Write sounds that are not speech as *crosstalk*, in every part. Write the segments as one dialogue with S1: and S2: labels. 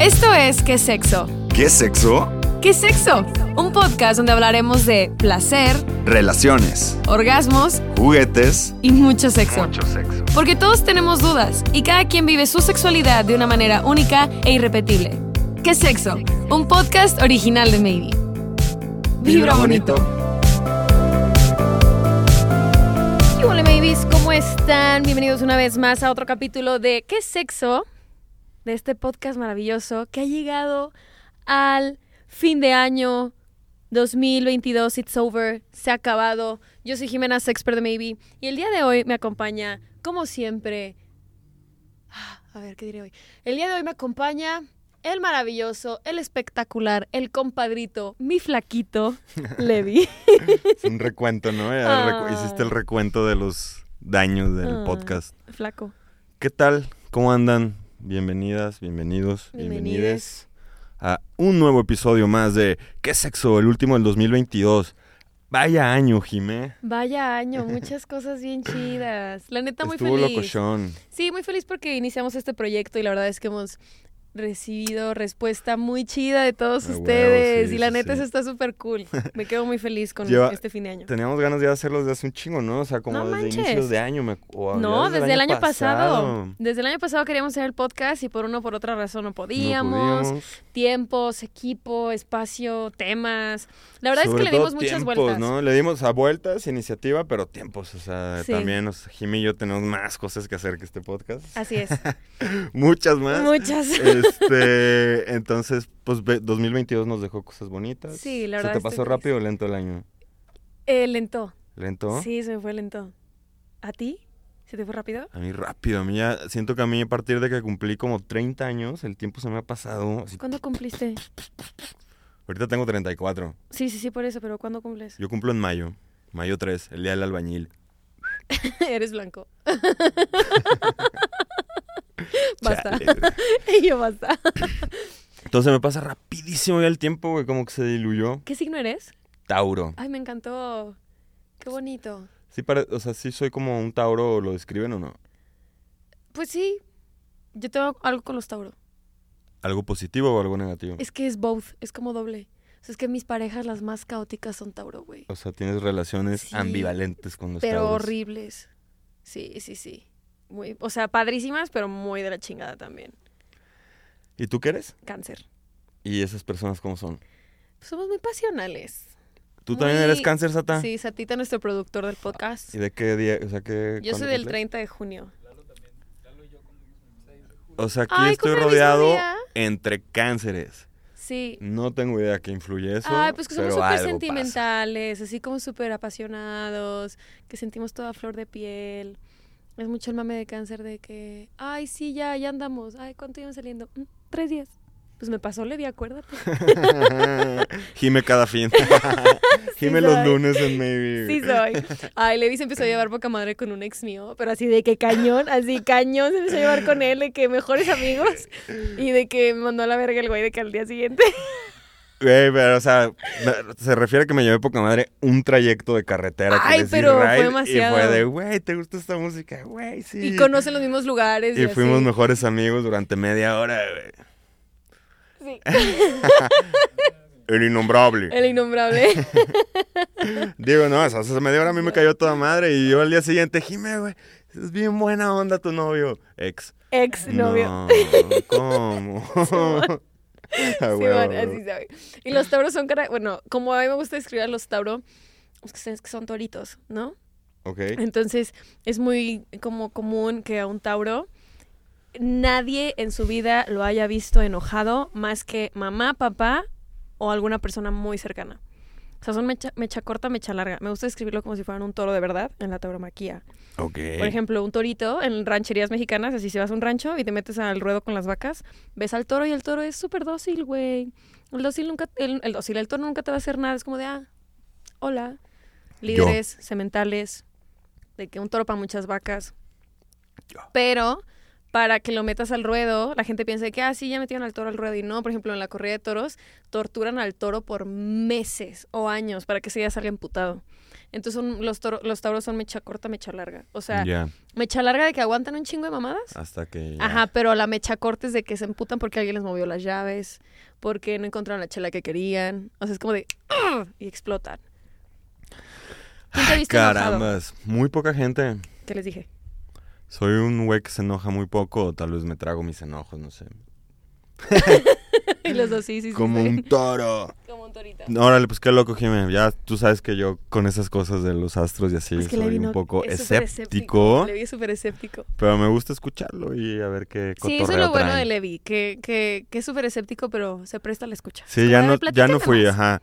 S1: Esto es ¿Qué sexo?
S2: ¿Qué sexo?
S1: ¿Qué sexo? Un podcast donde hablaremos de placer,
S2: Relaciones,
S1: orgasmos
S2: juguetes,
S1: y mucho sexo.
S2: sexo.
S1: Porque todos tenemos dudas y cada quien vive su sexualidad de una manera única e irrepetible. ¿Qué sexo? Un podcast original de Maybe. Vibra bonito. *laughs* Y hola Maybes, ¿cómo están? Bienvenidos una vez más a otro capítulo de ¿Qué sexo? De este podcast maravilloso que ha llegado al fin de año 2022. It's over, se ha acabado. Yo soy Jimena Sexper de Maybe y el día de hoy me acompaña, como siempre, ah, a ver, ¿qué diré hoy? El día de hoy me acompaña el maravilloso, el espectacular, el compadrito, mi flaquito, Levi.
S3: Es un recuento, ¿no? Ya recu-
S1: Ay.
S3: Hiciste el recuento de los daños del
S1: Ah,
S3: podcast.
S1: Flaco.
S3: ¿Qué tal? ¿Cómo andan? Bienvenidas, bienvenidos,
S1: Bienvenides.
S3: bienvenides a un nuevo episodio más de ¿Qué sexo? El último del 2022. Vaya año, Jimé.
S1: Vaya
S3: *laughs*
S1: año, muchas cosas bien chidas. La neta, muy
S3: Estuvo
S1: feliz.
S3: locochón.
S1: Sí, muy feliz porque iniciamos este proyecto y la verdad es que hemos recibido respuesta muy chida de todos
S3: Ah, huevo,
S1: ustedes.
S3: sí,
S1: y la
S3: sí,
S1: neta,
S3: sí.
S1: eso está súper cool. Me quedo muy feliz con
S3: Lleva-
S1: este fin de año.
S3: Teníamos ganas de hacerlo desde hace un chingo, ¿no? O sea, como
S1: No
S3: desde
S1: manches.
S3: inicios de año. me- o
S1: No,
S3: ya
S1: desde, el año pasado. Desde el año pasado queríamos hacer el podcast y por una o por otra razón no
S3: No
S1: podíamos.
S3: podíamos.
S1: Tiempos, equipo, espacio, temas. La verdad
S3: Sobre
S1: es que le dimos
S3: todo
S1: muchas
S3: tiempos,
S1: vueltas.
S3: ¿no? Le dimos a vueltas, iniciativa, pero tiempos. O sea,
S1: Sí.
S3: también nos, Jimmy y yo tenemos más cosas que hacer que este podcast.
S1: Así es.
S3: Muchas *laughs* más. eh.
S1: Muchas.
S3: *laughs* Este, entonces, pues ve- 2022 nos dejó cosas bonitas.
S1: Sí, la
S3: ¿Se
S1: verdad
S3: te pasó
S1: estoy feliz.
S3: rápido o lento el año?
S1: Eh, lento.
S3: ¿Lento?
S1: Sí, se me fue lento. ¿A ti? ¿Se te fue rápido?
S3: A mí rápido, a mí ya siento que a mí a partir de que cumplí como 30 años, el tiempo se me ha pasado. así-
S1: ¿Cuándo cumpliste?
S3: ahorita tengo 34.
S1: Sí, sí, sí, por eso, pero ¿cuándo cumples?
S3: Yo cumplo en mayo, mayo 3, el día del albañil.
S1: *laughs* Eres blanco. *laughs* basta. *laughs*
S3: Chale, güey.
S1: Y yo basta.
S3: Entonces me pasa rapidísimo ya el tiempo, güey, como que se diluyó.
S1: ¿Qué signo eres?
S3: Tauro.
S1: Ay, me encantó. Qué bonito.
S3: Sí, pare- o sea, sí soy como un Tauro, ¿lo describen o no?
S1: Pues sí, yo tengo algo con los Tauro.
S3: ¿Algo positivo o algo negativo?
S1: Es que es both, es como doble. O sea, es que mis parejas las más caóticas son Tauro, güey.
S3: O sea, tienes relaciones
S1: Sí,
S3: ambivalentes con los
S1: Pero
S3: Tauros.
S1: horribles. Sí, sí, sí. Muy, o sea, padrísimas, pero muy de la chingada también.
S3: ¿Y tú qué eres?
S1: Cáncer.
S3: ¿Y esas personas cómo son?
S1: pues, Somos muy pasionales.
S3: ¿Tú
S1: Muy-
S3: también eres cáncer, Sata?
S1: Sí, Satita, nuestro productor del podcast.
S3: ¿Y de qué día? O sea, ¿qué,
S1: Yo soy
S3: cuándo
S1: del
S3: cumples?
S1: 30 de junio.
S3: O sea, aquí
S1: Ay,
S3: estoy
S1: ¿cómo el mismo
S3: rodeado
S1: día?
S3: entre cánceres.
S1: Sí.
S3: No tengo idea qué influye Mm, eso.
S1: Ay, pues que somos
S3: pero
S1: súper
S3: algo
S1: sentimentales, así como súper apasionados, que sentimos toda flor de piel. Es mucho el mame de cáncer de que, ay, sí, ya, ya andamos. Ay, ¿cuánto iban saliendo? "Mm, tres días. Pues me pasó Levi, acuérdate.
S3: pasa. *laughs* Gime cada
S1: *laughs*
S3: fin. Gime
S1: Sí
S3: los
S1: soy.
S3: lunes en Maybe.
S1: Sí soy. Ay, Levi se empezó a llevar poca madre con un ex mío, pero así de que cañón, así cañón se empezó a llevar con él, de que mejores amigos y de que me mandó a la verga el güey de que al día siguiente.
S3: Güey, pero, o sea, me- se refiere a que me llevé poca madre un trayecto de carretera. que
S1: Ay,
S3: les di
S1: pero fue
S3: ride,
S1: demasiado.
S3: Y fue de, güey, ¿te gusta esta música? Güey, sí.
S1: Y conocen los mismos lugares.
S3: Y fuimos
S1: así.
S3: mejores amigos durante media hora, güey.
S1: Sí.
S3: El innombrable.
S1: El
S3: *laughs*
S1: innombrable.
S3: Digo, no, eso, hace media hora a mí me cayó toda madre y yo al día siguiente, Jime, güey, es bien buena onda tu novio. Ex.
S1: Ex novio. *laughs*
S3: No, ¿cómo? *laughs* Ah,
S1: Sí,
S3: huevo,
S1: van,
S3: huevo.
S1: así sabe. Y los tauros son cara... Bueno, como a mí me gusta describir a los tauros, es que son- es que son toritos, ¿no?
S3: Ok.
S1: Entonces, es muy como común que a un tauro nadie en su vida lo haya visto enojado más que mamá, papá o alguna persona muy cercana. O sea, son mecha, mecha corta, mecha larga. Me gusta describirlo como si fueran un toro de verdad en la tauromaquia.
S3: Ok.
S1: Por ejemplo, un torito en rancherías mexicanas, así si vas a un rancho y te metes al ruedo con las vacas, ves al toro y el toro es súper dócil, güey. El dócil nunca, el, el dócil, el toro nunca te va a hacer nada, es como de, ah, hola. Líderes, sementales, de que un toro para muchas vacas.
S3: Yo.
S1: Pero para que lo metas al ruedo, la gente piensa de que, ah, sí, ya metieron al toro al ruedo. Y no, por ejemplo, en la corrida de toros, torturan al toro por meses o años para que se ya salga emputado. Entonces son- los, toro- los tauros son mecha corta, mecha larga. O sea,
S3: Ya,
S1: mecha larga de que aguantan un chingo de mamadas.
S3: hasta que. Ah, ya.
S1: Ajá, pero la mecha corta es de que se emputan porque alguien les movió las llaves, porque no encontraron la chela que querían. O sea, es como de... "Ugh", Y explotan. ¿Quién te ha visto enojado?
S3: Carambas, muy poca gente.
S1: ¿Qué les dije? *laughs*
S3: Soy un güey que se enoja muy poco, o tal vez me trago mis enojos, no sé.
S1: Y los dos, sí, sí, sí.
S2: Como
S1: sí.
S2: un toro.
S1: *laughs* Como un torito.
S3: Órale, pues qué loco, Jimé. Ya tú sabes que yo con esas cosas de los astros y así
S1: Es Pues que
S3: soy
S1: Levi no-
S3: un poco
S1: es súper
S3: escéptico,
S1: Levi es súper escéptico.
S3: pero me gusta escucharlo y a ver qué
S1: Sí,
S3: cotorreo
S1: eso es lo bueno
S3: traen.
S1: de Levi, que, que, que es súper escéptico, pero se presta a la escucha.
S3: Sí, ya
S1: Ay,
S3: no, ya
S1: platícame
S3: no fui,
S1: más.
S3: ajá.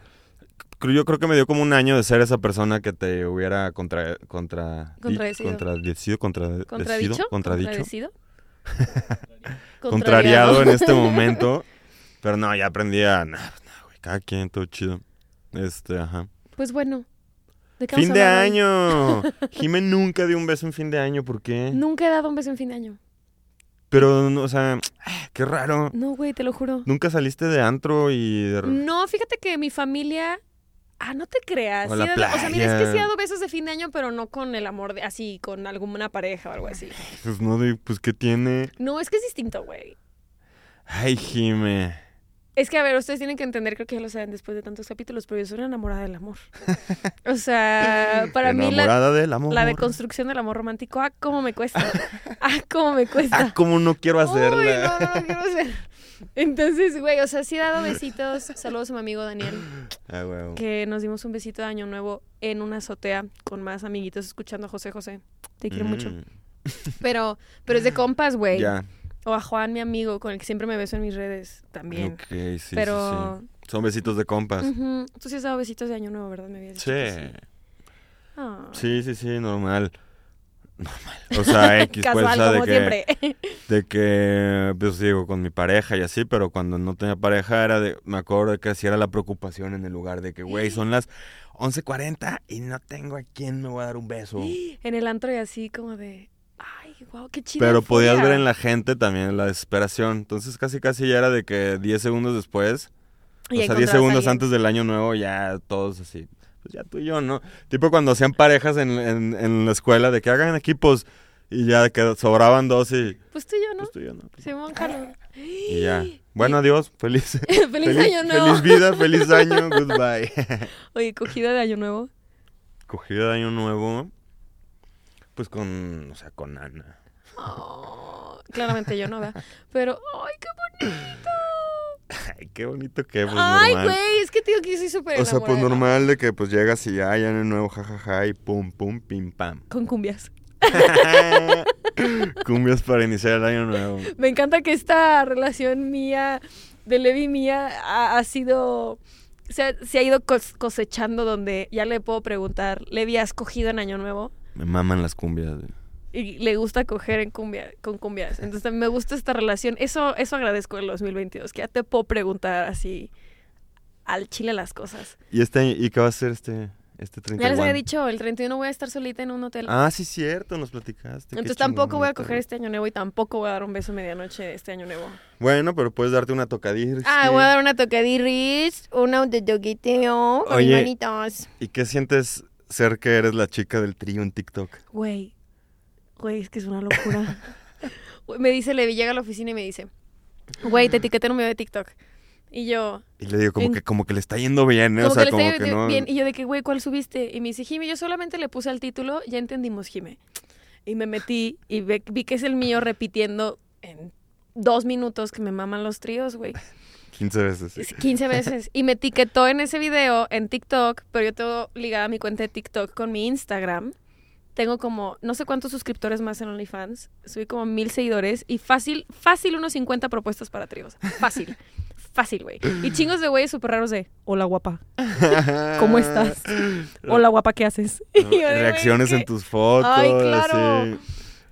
S3: Creo- Yo creo que me dio como un año de ser esa persona que te hubiera contra, contra, di-
S1: Contradecido.
S3: contradecido, contra,
S1: ¿Contradicho?
S3: decido, contradicho, *laughs*
S1: ¿Contradecido?
S3: contrariado en este momento. Pero no, ya aprendí a, nah, nah, güey, cada quien, todo chido. Este, ajá.
S1: Pues bueno. ¿de qué
S3: ¡Fin
S1: vamos a
S3: de
S1: hablar hoy?
S3: año!
S1: *laughs*
S3: Jimé nunca dio un beso en fin de año, ¿por qué?
S1: Nunca he dado un beso en fin de año.
S3: Pero, no, o sea, *sighs* qué raro.
S1: No, güey, te lo juro.
S3: Nunca saliste de antro y... de-
S1: No, fíjate que mi familia. Ah, no te creas.
S3: O
S1: sí
S3: la
S1: he dado- o sea, mira, es que sí he
S3: playa.
S1: dado besos de fin de año, pero no con el amor de. Así, con alguna pareja o algo así.
S3: Pues no, di- pues ¿qué tiene?
S1: No, es que es distinto, güey.
S3: Ay, Jimé.
S1: Es que, a ver, ustedes tienen que entender, creo que ya lo saben después de tantos capítulos, pero yo soy una enamorada del amor. O
S3: *laughs*
S1: sea, para mí la,
S3: Enamorada del amor.
S1: la deconstrucción del amor romántico, ah, cómo me cuesta. Ah, cómo me
S3: Ah,
S1: cuesta.
S3: cómo no quiero hacerla.
S1: Uy, no, no lo quiero hacer. Entonces, güey, o sea, sí he dado besitos. Saludos a mi amigo Daniel,
S3: Ah, huevo.
S1: que nos dimos un besito de Año Nuevo en una azotea con más amiguitos escuchando a José José. Te quiero mucho.
S3: Mm,
S1: Pero, pero es de compas, güey.
S3: Ya.
S1: O a Juan, mi amigo, con el que siempre me beso en mis redes también.
S3: Ok, sí, sí,
S1: pero...
S3: sí, Son besitos de compas.
S1: Ujú. Tú sí has dado besitos de año nuevo, ¿verdad? Me habías dicho que
S3: Sí.
S1: Ah. *laughs*
S3: Sí, sí, sí, normal. Normal. O sea, X pues, o
S1: Casual,
S3: sea,
S1: como
S3: de que,
S1: siempre. *laughs*
S3: de que, pues digo, con mi pareja y así, pero cuando no tenía pareja era de, me acuerdo de que así era la preocupación en el lugar de que, güey, son las 11.40 y no tengo a quién me voy a dar
S1: *gasps*
S3: un beso.
S1: en el antro y así como de... Ay, wow, qué chido.
S3: Pero podías ver en la gente también la desesperación. Entonces casi casi ya era de que 10 segundos después, o sea, 10 segundos antes del año nuevo, ya todos así. Pues ya tú y yo, ¿no? Tipo cuando hacían parejas en, en- en la escuela de que hagan equipos y ya que sobraban dos y
S1: Pues tú y yo, ¿no?
S3: pues tú y yo, ¿no?
S1: Simón
S3: *laughs*
S1: Carlos.
S3: Y ya. Bueno, adiós, feliz.
S1: *laughs*
S3: *laughs*
S1: feliz, año nuevo.
S3: Feliz vida,
S1: *laughs*
S3: feliz año, goodbye. *laughs*
S1: Oye, cogida de año nuevo.
S3: Cogida de año nuevo, pues con, o sea, con Ana. *laughs*
S1: Oh, claramente yo no, ¿verdad? Pero, ay, qué bonito.
S3: Ay, qué bonito que, pues
S1: ay,
S3: normal.
S1: güey, es que tío que yo soy súper
S3: O sea, pues
S1: enamorada.
S3: normal de que pues llegas y ya, ya no nuevo, jajaja, y pum, pum, pim, pam.
S1: Con cumbias.
S3: *laughs* Cumbias para iniciar el año nuevo.
S1: Me encanta que esta relación mía, de Levi y mía, ha, ha sido. Se ha, se ha ido cos- cosechando donde ya le puedo preguntar, Levi, ¿has cogido en Año Nuevo?
S3: Me maman las cumbias. güey.
S1: Y le gusta coger en cumbia, con cumbias. Entonces también me gusta esta relación. Eso, eso agradezco del 2022, que ya te puedo preguntar así al chile las cosas.
S3: ¿Y este año, y qué va a hacer este, este 31?
S1: Ya les había dicho, el 31 voy a estar solita en un hotel.
S3: Ah, sí, cierto, nos platicaste. qué
S1: Entonces tampoco
S3: chingón,
S1: voy a
S3: neta,
S1: coger
S3: güey.
S1: este año nuevo y tampoco voy a dar un beso a medianoche este año nuevo.
S3: Bueno, pero puedes darte una tocadita.
S1: Ah, voy a dar una tocadirris, una de toquiteo con mis
S3: Oye.
S1: manitas.
S3: ¿Y qué sientes ser que eres la chica del trío en TikTok?
S1: Güey, güey, es que es una locura. *laughs* Güey, me dice Levi, llega a la oficina y me dice, güey, te etiqueté en un video de TikTok. Y yo,
S3: Y le digo, como,
S1: En-
S3: que, como que le está yendo bien, ¿eh?
S1: como
S3: o sea,
S1: que le
S3: como
S1: está
S3: que no.
S1: bien. Y yo de que, güey, ¿cuál subiste? Y me dice, Jime, yo solamente le puse al título, ya entendimos, Jime. Y me metí y ve- vi que es el mío repitiendo en dos minutos que me maman los tríos, güey. *laughs*
S3: 15 veces. sí.
S1: Es 15 veces. Y me etiquetó en ese video en TikTok, pero yo tengo ligada mi cuenta de TikTok con mi Instagram. Tengo como no sé cuántos suscriptores más en OnlyFans. Subí como mil seguidores y fácil, fácil unos 50 propuestas para tríos. Fácil. *laughs* Fácil, güey. Y chingos de güeyes súper raros de, hola guapa, ¿cómo
S3: Ah. *laughs*
S1: estás? Hola guapa, ¿qué haces? *laughs* Y yo de, güey,
S3: Reacciones
S1: ¿qué?
S3: en tus fotos.
S1: Ay, claro.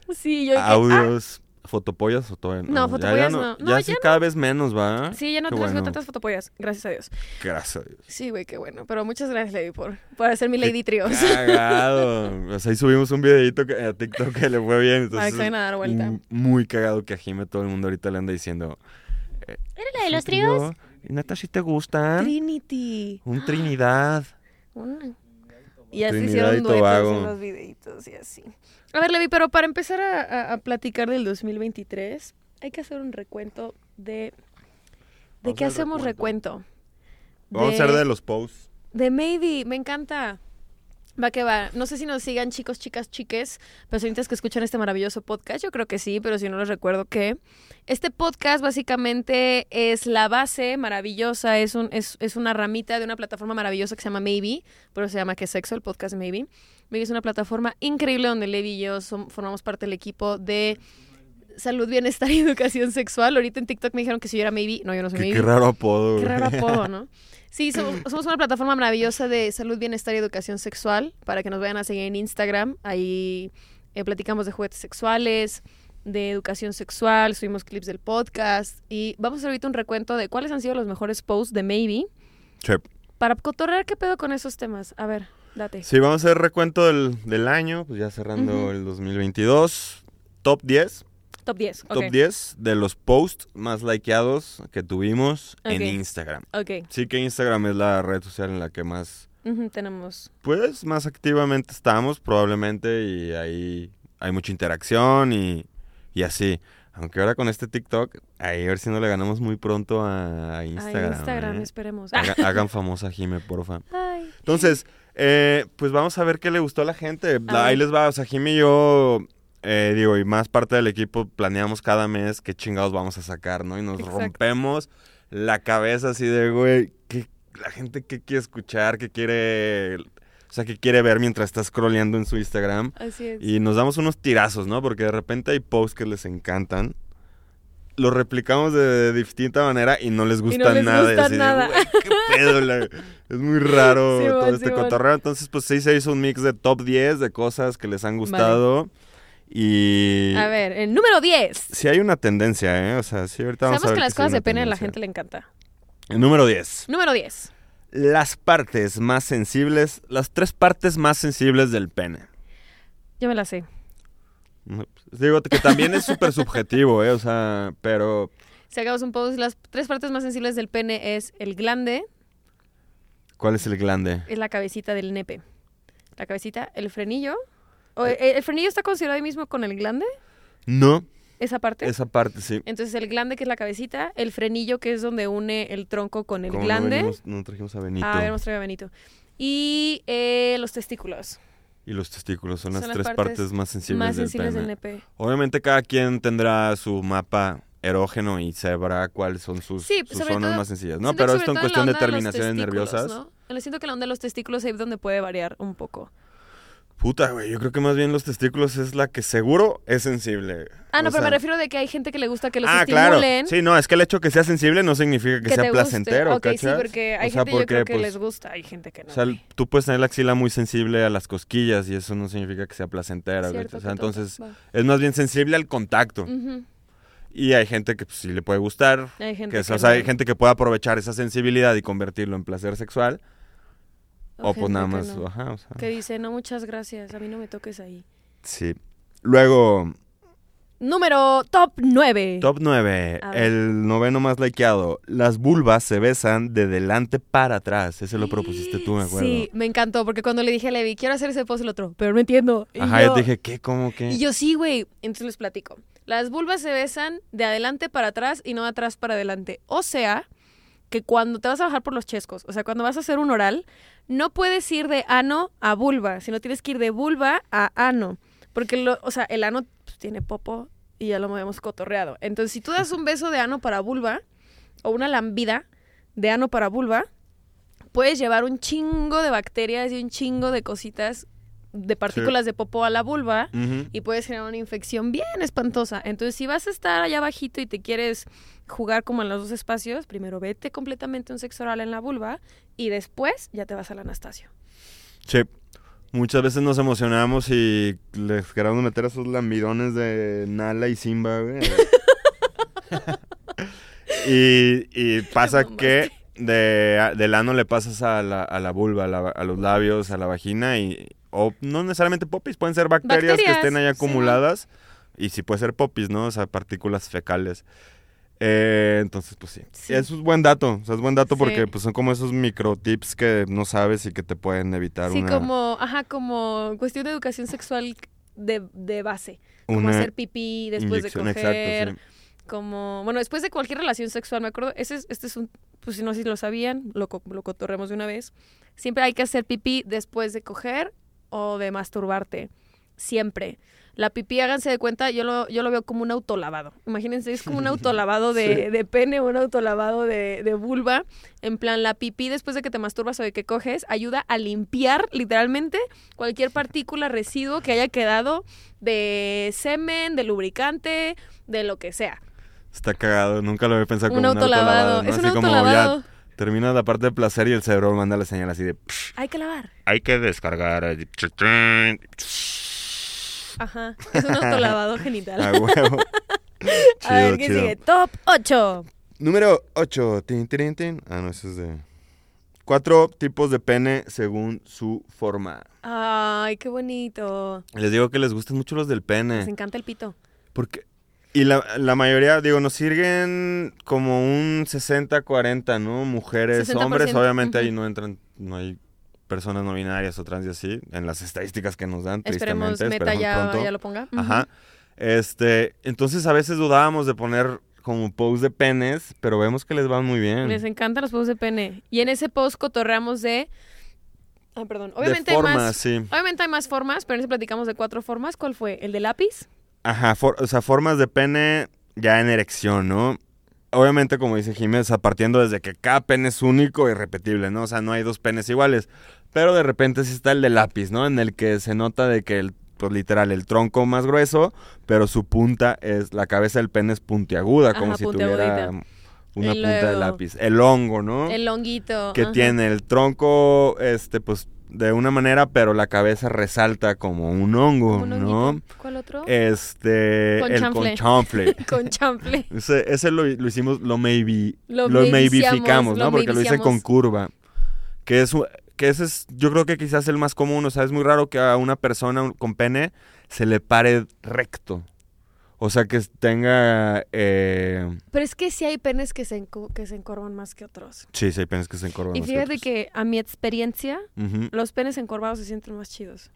S3: así,
S1: Sí, yo de que, "Ah,
S3: audios. ¿Fotopollas o todavía
S1: No,
S3: ya- ya
S1: fotopollas no. No,
S3: Ya,
S1: ya
S3: sí
S1: no.
S3: cada vez menos, ¿va?
S1: "Ah, Sí, ya no
S3: Qué
S1: tengo
S3: bueno.
S1: tantas fotopollas, gracias a Dios. *laughs*
S3: Gracias a Dios.
S1: Sí, güey, qué bueno. Pero muchas gracias, Lady, por, por hacer mi
S3: Qué
S1: Lady Tríos.
S3: Ah, Cagado. O sea, ahí subimos un videito que- a TikTok que le fue bien.
S1: *laughs* Para que se
S3: Entonces,
S1: vayan a dar vuelta.
S3: m- Muy cagado que a Jime todo el mundo ahorita le anda diciendo.
S1: ¿Era la de
S3: "Es
S1: los
S3: un trío, Ah.
S1: tríos?
S3: y Neta, si te gustan.
S1: Trinity.
S3: un
S1: *gasps*
S3: Trinidad.
S1: Una. Y así
S3: Trinidad y
S1: hicieron duetos
S3: Tobago.
S1: en los videitos y así. A ver, Levi, pero para empezar a, a- a platicar del 2023, hay que hacer un recuento de... ¿De
S3: Vamos
S1: qué
S3: al
S1: hacemos recuento?
S3: Vamos a hacer de los posts.
S1: De Maybe, me encanta. Va que va. No sé si nos sigan chicos, chicas, chiques, personitas que escuchan este maravilloso podcast. Yo creo que sí, pero si no les recuerdo que este podcast básicamente es la base maravillosa, es, un, es, es una ramita de una plataforma maravillosa que se llama Maybe, pero se llama Que Sexo, el podcast Maybe. Maybe es una plataforma increíble donde Levi y yo som- formamos parte del equipo de salud, bienestar y *laughs* educación sexual. Ahorita en TikTok me dijeron que si yo era Maybe, no, yo no soy
S3: Qué,
S1: Maybe.
S3: qué raro apodo.
S1: Pues Qué
S3: güey. *laughs*
S1: raro apodo, ¿no? Sí, somos, somos una plataforma maravillosa de salud, bienestar y educación sexual para que nos vayan a seguir en Instagram. Ahí eh, platicamos de juguetes sexuales, de educación sexual, subimos clips del podcast y vamos a hacer ahorita un recuento de cuáles han sido los mejores posts de Maybe
S3: Che.
S1: para cotorrear qué pedo con esos temas. A ver, date.
S3: Sí, vamos a hacer recuento del, del año, pues ya cerrando
S1: Ujú.
S3: el 2022. Top 10.
S1: Top 10. Ok.
S3: Top 10 de los posts más likeados que tuvimos en
S1: Ok.
S3: Instagram.
S1: Ok.
S3: Sí que Instagram es la red social en la que más
S1: Ujú, tenemos.
S3: Pues más activamente estamos probablemente y ahí hay mucha interacción y, y así. Aunque ahora con este TikTok, ahí a ver si no le ganamos muy pronto a, a Instagram.
S1: Instagram. Instagram,
S3: ¿eh?
S1: esperemos.
S3: Haga- hagan famosa a Jime, porfa.
S1: *laughs* Ay.
S3: Entonces, eh, pues vamos a ver qué le gustó a la gente.
S1: A
S3: ahí
S1: ver.
S3: les va. O sea, Jime y yo, eh, digo, y más parte del equipo, planeamos cada mes qué chingados vamos a sacar, ¿no? Y nos
S1: Exacto.
S3: rompemos la cabeza así de, güey, ¿qué- la gente qué quiere escuchar, qué quiere... O sea, qué quiere ver mientras está scrolleando en su Instagram.
S1: Así es.
S3: Y nos damos unos tirazos, ¿no? Porque de repente hay posts que les encantan. Los replicamos de distinta manera y no les gusta
S1: les
S3: nada. y
S1: gusta
S3: así de,
S1: nada.
S3: "Güey, qué pedo, la- Es muy raro
S1: *laughs* Sí,
S3: todo
S1: mon,
S3: este
S1: sí, mon.
S3: cotorreo. Entonces, pues sí se hizo un mix de top 10 de cosas que les han gustado. Y.
S1: A ver, el número 10.
S3: Sí hay una tendencia, ¿eh? O sea, sí, ahorita vamos
S1: Sabemos
S3: a ver
S1: que las
S3: sí hay
S1: cosas
S3: una
S1: de pene a la
S3: tendencia.
S1: gente le encanta.
S3: El número 10.
S1: Número 10.
S3: Las partes más sensibles, las tres partes más sensibles del pene.
S1: Yo me la sé.
S3: No, pues, Digo que también es súper subjetivo, ¿eh? O sea, pero
S1: Si hagamos un post, las tres partes más sensibles del pene es el glande,
S3: ¿cuál es el glande?
S1: es la cabecita del nepe. La cabecita, el frenillo. O, eh, ¿El frenillo está considerado ahí mismo con el glande?
S3: No,
S1: Esa parte.
S3: esa parte sí.
S1: Entonces el glande que es la cabecita, el frenillo que es donde une el tronco con el
S3: Como
S1: glande.
S3: No, venimos- no trajimos a Benito.
S1: ah, habíamos traído a Benito. Y eh, los testículos.
S3: Y los testículos son,
S1: son
S3: las
S1: las
S3: tres partes,
S1: partes
S3: más sensibles,
S1: más
S3: del,
S1: sensibles
S3: pene.
S1: del nepe.
S3: Obviamente cada quien tendrá su mapa erógeno y sabrá cuáles son sus,
S1: Sí, pues
S3: sus
S1: sobre
S3: zonas
S1: todo-
S3: más sencillas. No,
S1: Siento que
S3: pero
S1: sobre
S3: esto
S1: todo
S3: en
S1: la
S3: cuestión de
S1: onda los
S3: terminaciones
S1: testículos,
S3: nerviosas.
S1: ¿no? Yo siento que la onda de los testículos es donde puede variar un poco.
S3: Puta, güey, yo creo que más bien los testículos es la que seguro es sensible.
S1: Ah, no,
S3: O
S1: pero me
S3: sea,
S1: refiero de que hay gente que le gusta que los
S3: ah, claro.
S1: estimulen.
S3: Sí, no, es que el hecho que sea sensible no significa que,
S1: te
S3: sea
S1: guste.
S3: placentero,
S1: Ok,
S3: ¿cachas?
S1: sí, porque hay
S3: O sea,
S1: gente yo creo
S3: porque,
S1: que
S3: pues,
S1: les gusta, hay gente que no.
S3: O sea,
S1: güey.
S3: tú puedes tener la axila muy sensible a las cosquillas y eso no significa que sea placentera.
S1: Cierto,
S3: ¿cachas? O sea,
S1: qué tonto.
S3: entonces
S1: Va.
S3: es más bien sensible al contacto.
S1: Ujú.
S3: Y hay gente que pues, sí le puede gustar.
S1: Mm. Hay gente
S3: que,
S1: que,
S3: es- o sea, hay
S1: no.
S3: gente que puede aprovechar esa sensibilidad y convertirlo en placer sexual. o pues
S1: gente
S3: nada
S1: que
S3: más.
S1: no.
S3: ajá, o sea,
S1: Que dice, no, muchas gracias, a mí no me toques ahí.
S3: Sí. Luego,
S1: Número top 9.
S3: top 9.
S1: A ver.
S3: El noveno más likeado. Las vulvas se besan de delante para atrás. Ese lo propusiste tú, me acuerdo.
S1: Sí, me encantó, porque cuando le dije a Levi, quiero hacer ese post el otro, pero no entiendo. Y
S3: Ajá, yo
S1: yo-
S3: te dije, ¿qué? ¿Cómo qué?
S1: Y yo sí, güey. Entonces les platico. Las vulvas se besan de adelante para atrás y no de atrás para adelante. O sea, que cuando te vas a bajar por los chescos, o sea, cuando vas a hacer un oral, no puedes ir de ano a vulva, sino tienes que ir de vulva a ano. Porque, lo, o sea, el ano pues, tiene popo y ya lo hemos cotorreado. Entonces, si tú das un beso de ano para vulva, o una lambida de ano para vulva, puedes llevar un chingo de bacterias y un chingo de cositas, de partículas de popo a la vulva
S3: Ujú.
S1: y puedes generar una infección bien espantosa. Entonces, si vas a estar allá abajito y te quieres jugar como en los dos espacios, primero vete completamente un sexo oral en la vulva y después ya te vas al Anastasio.
S3: Sí. Muchas veces nos emocionamos y les queremos meter esos lambidones de Nala y
S1: *laughs*
S3: Simba, güey. y, y pasa que de, del ano le pasas a la, a la vulva, a, la- a los labios, a la vagina y... O no necesariamente popis, pueden ser bacterias, que
S1: Bacterias,
S3: estén ahí
S1: sí.
S3: acumuladas. Y si puede ser popis, ¿no? O sea, partículas fecales. Eh, entonces, pues sí.
S1: Sí.
S3: Eso es buen dato. O sea, es buen dato
S1: Sí.
S3: porque pues, son como esos micro tips que no sabes y que te pueden evitar
S1: Sí,
S3: una,
S1: como, ajá, como cuestión de educación sexual de, de base. Como
S3: una
S1: hacer pipí después de
S3: inyección.
S1: coger.
S3: Exacto, sí.
S1: como, bueno, después de cualquier relación sexual, me acuerdo, ese es- este es un, pues si no sé si lo sabían, lo, co- lo cotorremos de una vez, siempre hay que hacer pipí después de coger o de masturbarte, siempre. La pipí, háganse de cuenta, yo lo, yo lo veo como un autolavado. Imagínense, es como un autolavado de, de pene, un autolavado de, de vulva. En plan, la pipí después de que te masturbas o de que coges, ayuda a limpiar literalmente cualquier partícula, residuo que haya quedado de semen, de lubricante, de lo que sea.
S3: Está cagado, nunca lo había pensado
S1: Un
S3: como un autolavado.
S1: autolavado.
S3: ¿no?
S1: Es un
S3: así como
S1: autolavado.
S3: ya termina la parte de placer y el cerebro manda la señal así de.
S1: Hay que lavar.
S3: Hay que descargar. el-
S1: Ajá. Es
S3: *laughs*
S1: un autolavado genital.
S3: A
S1: *laughs*
S3: huevo. *laughs*
S1: A ver
S3: Ah, chido,
S1: qué
S3: chido.
S1: sigue. Top 8.
S3: Número 8. Ah, no, eso es de. Cuatro tipos de pene según su forma.
S1: Ay, qué bonito.
S3: Les digo que les gustan mucho los del
S1: Les
S3: pene.
S1: encanta el pito.
S3: Porque. Y la, la mayoría, digo, nos sirven como un 60-40, ¿no? Mujeres,
S1: 60%,
S3: hombres, obviamente ahí
S1: ujú.
S3: no entran, no hay personas no binarias o trans y así, en las estadísticas que nos dan,
S1: Esperemos
S3: tristemente,
S1: Meta
S3: esperemos
S1: ya,
S3: pronto.
S1: ya lo ponga. Ujú.
S3: Ajá. Este, entonces a veces dudábamos de poner como pose de penes, pero vemos que les van muy bien.
S1: Les encantan los posts de pene. Y en ese post cotorreamos de. Ay, perdón. Obviamente
S3: de forma,
S1: hay más.
S3: sí.
S1: Obviamente hay más formas, pero en ese platicamos de cuatro formas. ¿Cuál fue? ¿El de lápiz?
S3: Ajá, for- o sea, formas de pene ya en erección, ¿no? Obviamente, como dice Jiménez, o sea, partiendo desde que cada pene es único e irrepetible, ¿no? O sea, no hay dos penes iguales. Pero de repente sí está el de lápiz, ¿no? En el que se nota de que, el, pues literal, el tronco más grueso, pero su punta es, la cabeza del pene es puntiaguda, como
S1: Ajá,
S3: si tuviera
S1: puntiagudita.
S3: una
S1: Y
S3: punta de
S1: luego-
S3: lápiz. El hongo, ¿no?
S1: El longuito.
S3: que
S1: ajá.
S3: tiene el tronco, este, pues, de una manera, pero la cabeza resalta como un hongo,
S1: Un
S3: ¿no? Eh.
S1: honguito. ¿Cuál otro?
S3: Este, el
S1: Conchanfle.
S3: conchanfle.
S1: *laughs* Con chample.
S3: Ese, ese lo, lo hicimos, lo maybe,
S1: Lo
S3: lo,
S1: maybeiciamos,
S3: maybeficamos,
S1: lo
S3: ¿no? Porque lo hice
S1: maybeiciamos.
S3: con curva. Que es, u- que ese es, yo creo que quizás el más común, o sea, es muy raro que a una persona un- con pene se le pare recto. O sea, que tenga, eh,
S1: Pero es que sí hay penes que se, encu- que se encorvan más que otros.
S3: sí, sí, hay penes que se encorvan.
S1: Y
S3: más
S1: fíjate
S3: otros.
S1: que a mi experiencia,
S3: Ujú.
S1: los penes encorvados se sienten más chidos.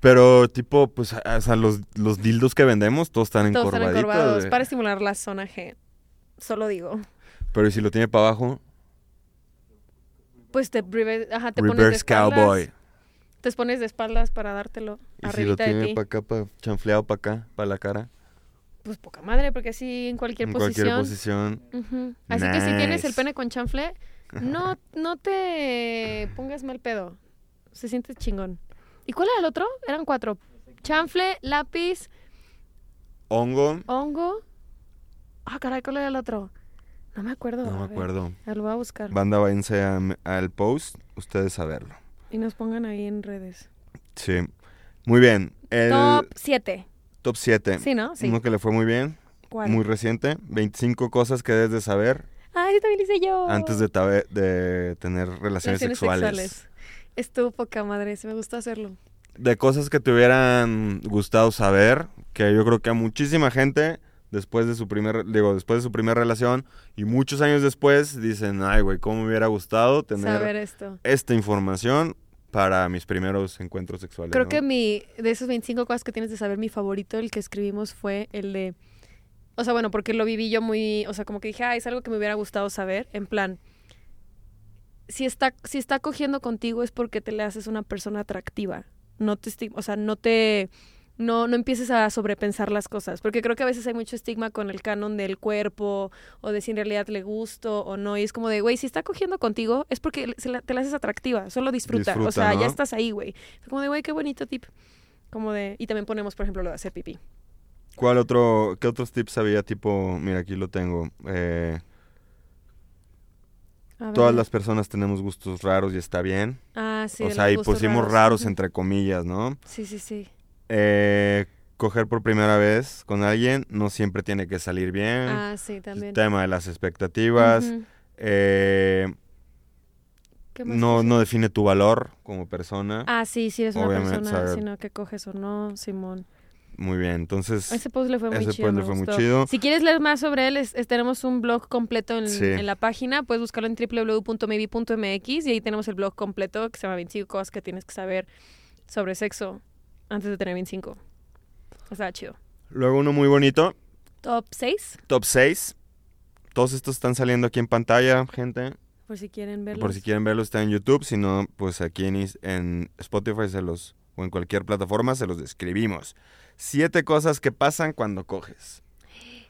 S3: Pero tipo, pues, a- o sea, los, los dildos que vendemos, todos están
S1: Todos están
S3: encorvaditos. eh.
S1: encorvados
S3: güey.
S1: para estimular la zona G. Solo digo.
S3: Pero ¿y si lo tiene para abajo,
S1: Pues te, rever- ajá, te pones de
S3: reverse
S1: espaldas.
S3: cowboy.
S1: Te pones de espaldas para dártelo
S3: Y si lo
S1: arribita de
S3: tiene
S1: ti.
S3: para acá, pa- chanfleado para acá, para la cara,
S1: Pues poca madre, porque así en cualquier
S3: en
S1: posición.
S3: cualquier posición.
S1: Ujú. Así que si tienes el
S3: Nice.
S1: pene con chanfle,
S3: *laughs*
S1: no, no te pongas mal pedo. Se siente chingón. ¿Y cuál era el otro? Eran cuatro. Chanfle, lápiz,
S3: Hongo,
S1: hongo. Ah, caray, ¿cuál era el otro? No me acuerdo.
S3: no
S1: a
S3: me
S1: ver.
S3: acuerdo.
S1: Ah, Lo voy a buscar.
S3: Banda, váyanse a- al post, ustedes a verlo.
S1: Y nos pongan ahí en redes.
S3: Sí. Muy bien. El
S1: Top 7.
S3: top 7.
S1: Sí, ¿no? Sí.
S3: Uno que le fue muy bien,
S1: ¿Cuál?
S3: muy reciente. 25 cosas que debes de saber
S1: Ah, yo también hice yo.
S3: antes de, tabe- de tener
S1: Oh. Relaciones
S3: relaciones, sexuales.
S1: Estuvo poca madre, se me gusta hacerlo.
S3: De cosas que te hubieran gustado saber, que yo creo que a muchísima gente después de su primer, digo, después de su primera relación y muchos años después dicen, "Ay, güey, cómo me hubiera gustado tener
S1: Saber esto.
S3: esta información para mis primeros encuentros sexuales.
S1: Creo
S3: ¿no?
S1: que mi, de esos 25 cosas que tienes de saber, mi favorito, el que escribimos, fue el de. O sea, bueno, porque lo viví yo muy. O sea, como que dije, ah, es algo que me hubiera gustado saber. En plan, si está, si está cogiendo contigo es porque te le haces una persona atractiva. No te estig- O sea, no te. No, no empieces a sobrepensar las cosas, porque creo que a veces hay mucho estigma con el canon del cuerpo o de si en realidad le gusto o no. Y es como de, güey, si está cogiendo contigo es porque se la- te la haces atractiva, solo disfruta. o
S3: Disfruta,
S1: sea, ya
S3: ¿no?
S1: estás ahí, güey. Fue Como de, güey, qué bonito tip. Como de, y también ponemos, por ejemplo, lo de hacer pipí.
S3: ¿Cuál otro, qué otros tips había? Tipo, mira, aquí lo tengo. Eh,
S1: A A ver.
S3: Todas las personas tenemos gustos raros y está bien.
S1: Ah, sí.
S3: o
S1: de
S3: sea,
S1: los
S3: y
S1: gustos
S3: pusimos raros. entre comillas, ¿no?
S1: Sí, sí, sí.
S3: Eh, coger por primera vez con alguien no siempre tiene que salir bien.
S1: Ah, sí,
S3: el
S1: también.
S3: tema de las expectativas.
S1: Ujú.
S3: eh,
S1: ¿Qué más
S3: no,
S1: pusimos?
S3: no define tu valor como persona.
S1: Ah, sí, sí eres una
S3: Obviamente,
S1: persona,
S3: o sea,
S1: sino que coges o no, Simón.
S3: Muy bien, entonces...
S1: Ese puzzle fue muy
S3: ese
S1: chido.
S3: puzzle
S1: me
S3: fue muy
S1: gustó.
S3: chido.
S1: Si quieres leer más sobre él, es- es- tenemos un blog completo en,
S3: Sí.
S1: en la página. Puedes buscarlo en www.maybe.mx y ahí tenemos el blog completo que se llama 25 cosas que tienes que saber sobre sexo antes de tener 25. Está chido.
S3: Luego uno muy bonito,
S1: Top 6,
S3: top 6. Todos estos están saliendo aquí en pantalla, gente.
S1: por si quieren verlo.
S3: Por si quieren verlo está en YouTube, si no, pues aquí en, is- en Spotify se los, o en cualquier plataforma se los describimos. Siete cosas que pasan cuando coges.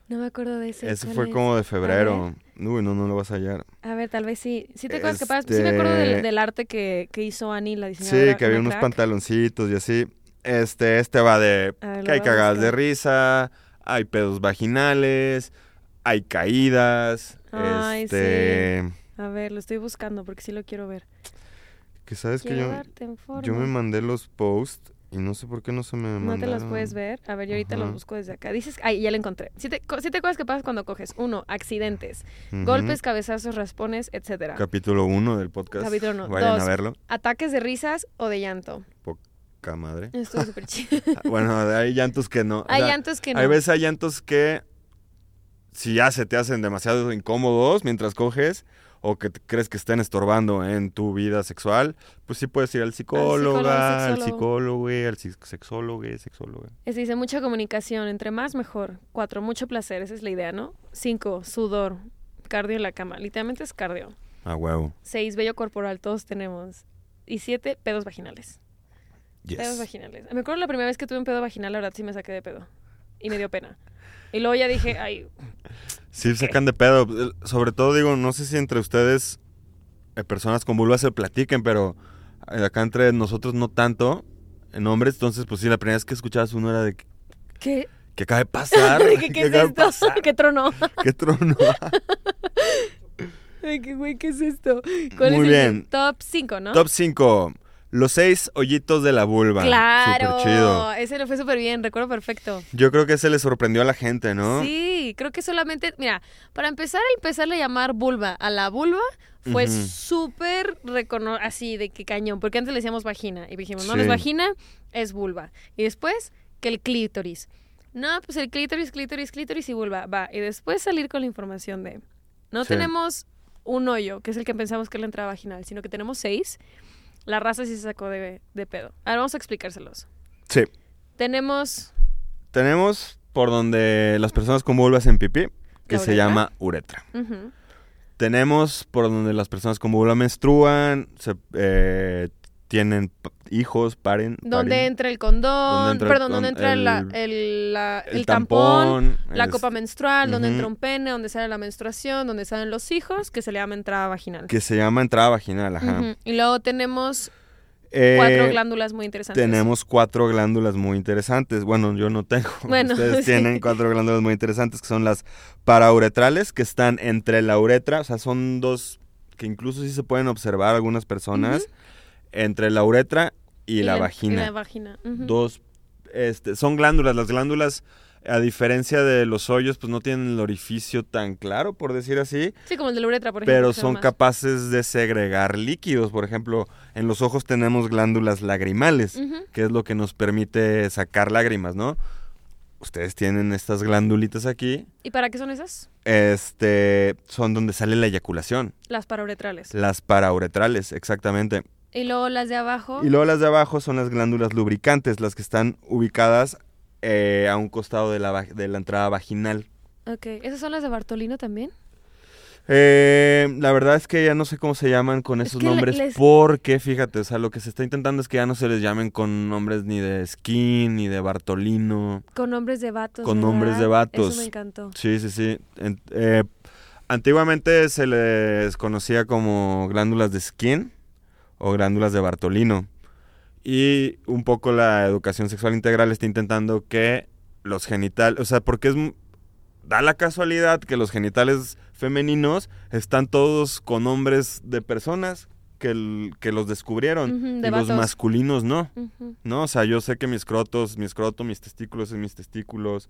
S1: No me acuerdo de ese.
S3: Eso
S1: ¿cuál
S3: fue
S1: es?
S3: como de febrero. Uy, no, no lo vas a hallar.
S1: A ver, tal vez sí. Sí te acuerdas que pas- Sí me acuerdo
S3: Este-
S1: del, del arte que, que hizo Ani, la diseñadora.
S3: Sí, que había
S1: una
S3: unos
S1: crack.
S3: pantaloncitos y así. Este, este va de
S1: A ver, lo
S3: que hay
S1: voy a
S3: cagadas de
S1: buscar.
S3: risa, hay pedos vaginales, hay caídas.
S1: Ay, sí.
S3: este,
S1: A ver, lo estoy buscando porque sí lo quiero ver.
S3: que sabes que
S1: quiero
S3: yo,
S1: darte en forma.
S3: yo me mandé los posts y no sé por qué no se me mandaron.
S1: No te las puedes ver. A ver, yo ahorita
S3: Ajá.
S1: los busco desde acá. Dices, ay, ya lo encontré. Siete, co- siete cosas que pasas cuando coges. Uno, accidentes.
S3: Ujú.
S1: Golpes, cabezazos, raspones, etcétera.
S3: Capítulo 1 del podcast.
S1: Capítulo uno.
S3: Vayan
S1: Dos.
S3: a verlo.
S1: Ataques de risas o de llanto.
S3: Poca madre. *laughs*
S1: Estuvo súper chido.
S3: Ah, bueno, hay llantos que no. Ah, o
S1: Hay
S3: sea,
S1: llantos que no.
S3: Hay veces hay llantos que si ya se te hacen demasiado incómodos mientras coges o que te- crees que estén estorbando en tu vida sexual, pues sí puedes ir al psicólogo, al
S1: sexólogo.
S3: psicólogo, eh, al psic- sexólogo, eh, sexólogo.
S1: Se dice mucha comunicación. Entre más, mejor. Cuatro, mucho placer. Esa es la idea, ¿no? Cinco, sudor. Cardio en la cama. Literalmente es cardio.
S3: Ah, huevo.
S1: Seis, vello corporal. Todos tenemos. Y siete, pedos vaginales. Pedos
S3: Yes.
S1: vaginales. Me acuerdo la primera vez que tuve un pedo vaginal, la verdad sí me saqué de pedo. Y me dio pena. Y luego ya dije, ay,
S3: Sí, sacan de pedo. Sobre todo digo, no sé si entre ustedes eh, personas con vulva se platiquen, pero eh, acá entre nosotros no tanto. En hombres, entonces, pues sí, la primera vez que escuchabas uno era de que,
S1: ¿qué?
S3: que acaba de pasar.
S1: *laughs*
S3: *laughs*
S1: Dije, ¿qué es
S3: acaba de
S1: esto? *laughs*
S3: pasar?
S1: ¿Qué trono?
S3: ¿Qué trono?
S1: Ay, qué güey, ¿qué es esto? ¿Cuál
S3: Muy
S1: es el
S3: bien.
S1: top 5, no?
S3: Top 5. Los seis hoyitos de la vulva.
S1: Claro.
S3: Súper chido.
S1: Ese lo fue súper bien, recuerdo perfecto.
S3: Yo creo que ese le sorprendió a la gente, ¿no?
S1: Sí, creo que solamente, mira, para empezar a empezarle a llamar vulva a la vulva fue
S3: Ujú.
S1: súper recono así de que cañón, porque antes le decíamos vagina y dijimos, no, no es
S3: Sí.
S1: vagina, es vulva. Y después que el clítoris. No, pues el clítoris, clítoris, clítoris y vulva, va. Y después salir con la información de, no
S3: Sí.
S1: tenemos un hoyo, que es el que pensamos que es la entrada vaginal, sino que tenemos seis. La raza sí se sacó de, de pedo. Ahora vamos a explicárselos.
S3: Sí.
S1: Tenemos
S3: Tenemos por donde las personas con vulva hacen pipí, que
S1: La
S3: se
S1: uretra.
S3: llama uretra.
S1: ujú,
S3: Tenemos por donde las personas con vulva menstruan, se, eh, tienen p- hijos, paren.
S1: Donde
S3: paren.
S1: entra el condón,
S3: Donde entra el
S1: perdón, donde
S3: con-
S1: entra la-
S3: el-
S1: el, la- el tampón, la
S3: es-
S1: copa menstrual, donde
S3: ujú.
S1: entra un pene, donde sale la menstruación, donde salen los hijos, que se le llama entrada vaginal.
S3: Que se llama entrada vaginal, ajá.
S1: Ujú. Y luego tenemos
S3: Eh,
S1: cuatro glándulas muy interesantes.
S3: Tenemos cuatro glándulas muy interesantes. Bueno, yo no tengo. *laughs*
S1: Bueno,
S3: Ustedes
S1: sí.
S3: tienen cuatro glándulas muy interesantes que son las parauretrales, que están entre la uretra, o sea, son dos que incluso sí se pueden observar algunas personas, entre la uretra y, la, vagina.
S1: Y la vagina. ujú.
S3: Dos, este, son glándulas. Las glándulas, a diferencia de los hoyos, pues no tienen el orificio tan claro, por decir así,
S1: Sí, como el de la uretra, por ejemplo.
S3: pero
S1: que se ve
S3: son
S1: más.
S3: capaces de segregar líquidos. Por ejemplo, en los ojos tenemos glándulas lagrimales
S1: Ujú.
S3: que es lo que nos permite sacar lágrimas, ¿no? Ustedes tienen estas glandulitas aquí,
S1: ¿Y para qué son esas?
S3: este, son donde sale la eyaculación,
S1: Las parauretrales.
S3: las parauretrales, exactamente.
S1: Y luego las de abajo.
S3: Y luego las de abajo son las glándulas lubricantes, las que están ubicadas eh, a un costado de la, va- de la entrada vaginal.
S1: Ok, ¿esas son las de Bartolino también?
S3: Eh, la verdad es que ya no sé cómo se llaman con
S1: Es
S3: esos
S1: que le-
S3: nombres,
S1: les-
S3: porque fíjate, o sea, lo que se está intentando es que ya no se les llamen con nombres ni de skin, ni de Bartolino.
S1: Con nombres de vatos.
S3: Con
S1: ¿verdad?
S3: nombres de vatos.
S1: Eso me encantó.
S3: Sí, sí, sí. En- eh, antiguamente se les conocía como glándulas de skin o glándulas de Bartolino. Y un poco la educación sexual integral está intentando que los genitales, o sea, porque es, mu- da la casualidad que los genitales femeninos están todos con hombres de personas que, el- que los descubrieron
S1: Ujú, de
S3: y los
S1: vatos.
S3: masculinos no.
S1: Ujú.
S3: ¿no? O sea, yo sé que mis crotos, mis crotos, mis testículos y mis testículos.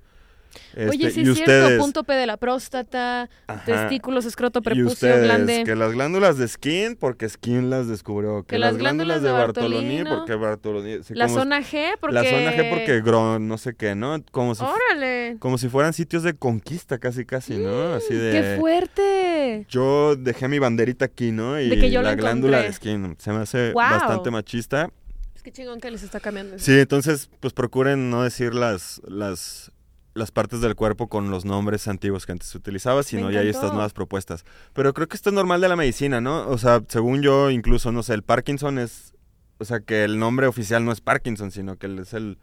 S1: Oye,
S3: este,
S1: sí
S3: y
S1: es
S3: ustedes,
S1: cierto, punto P de la próstata,
S3: Ajá.
S1: testículos, escroto,
S3: y
S1: prepucio,
S3: ustedes,
S1: glande.
S3: que las glándulas de Skin, porque Skin las descubrió. Que,
S1: Que
S3: las
S1: las
S3: glándulas,
S1: glándulas de
S3: de Bartolini,
S1: Bartolino.
S3: porque Bartolini. sí,
S1: la
S3: como-
S1: zona G, porque...
S3: La zona G, porque Gron, no sé qué, ¿no? Como si, fu-
S1: ¡Órale!
S3: como si fueran sitios de conquista, casi, casi, ¿no? Así de.
S1: Mm, ¡Qué fuerte!
S3: Yo dejé mi banderita aquí, ¿no? Y
S1: De que yo
S3: la
S1: la
S3: glándula de
S1: encontré.
S3: Skin. Se me hace
S1: Guau.
S3: bastante machista.
S1: Es que chingón que les está cambiando. eso.
S3: Sí, entonces, pues procuren no decir las, las, las partes del cuerpo con los nombres antiguos que antes se utilizaba, sino ya hay
S1: encantó.
S3: estas nuevas propuestas. Pero creo que esto es normal de la medicina, ¿no? O sea, según yo, incluso, no sé, el Parkinson es. O sea, que el nombre oficial no es Parkinson, sino que es el.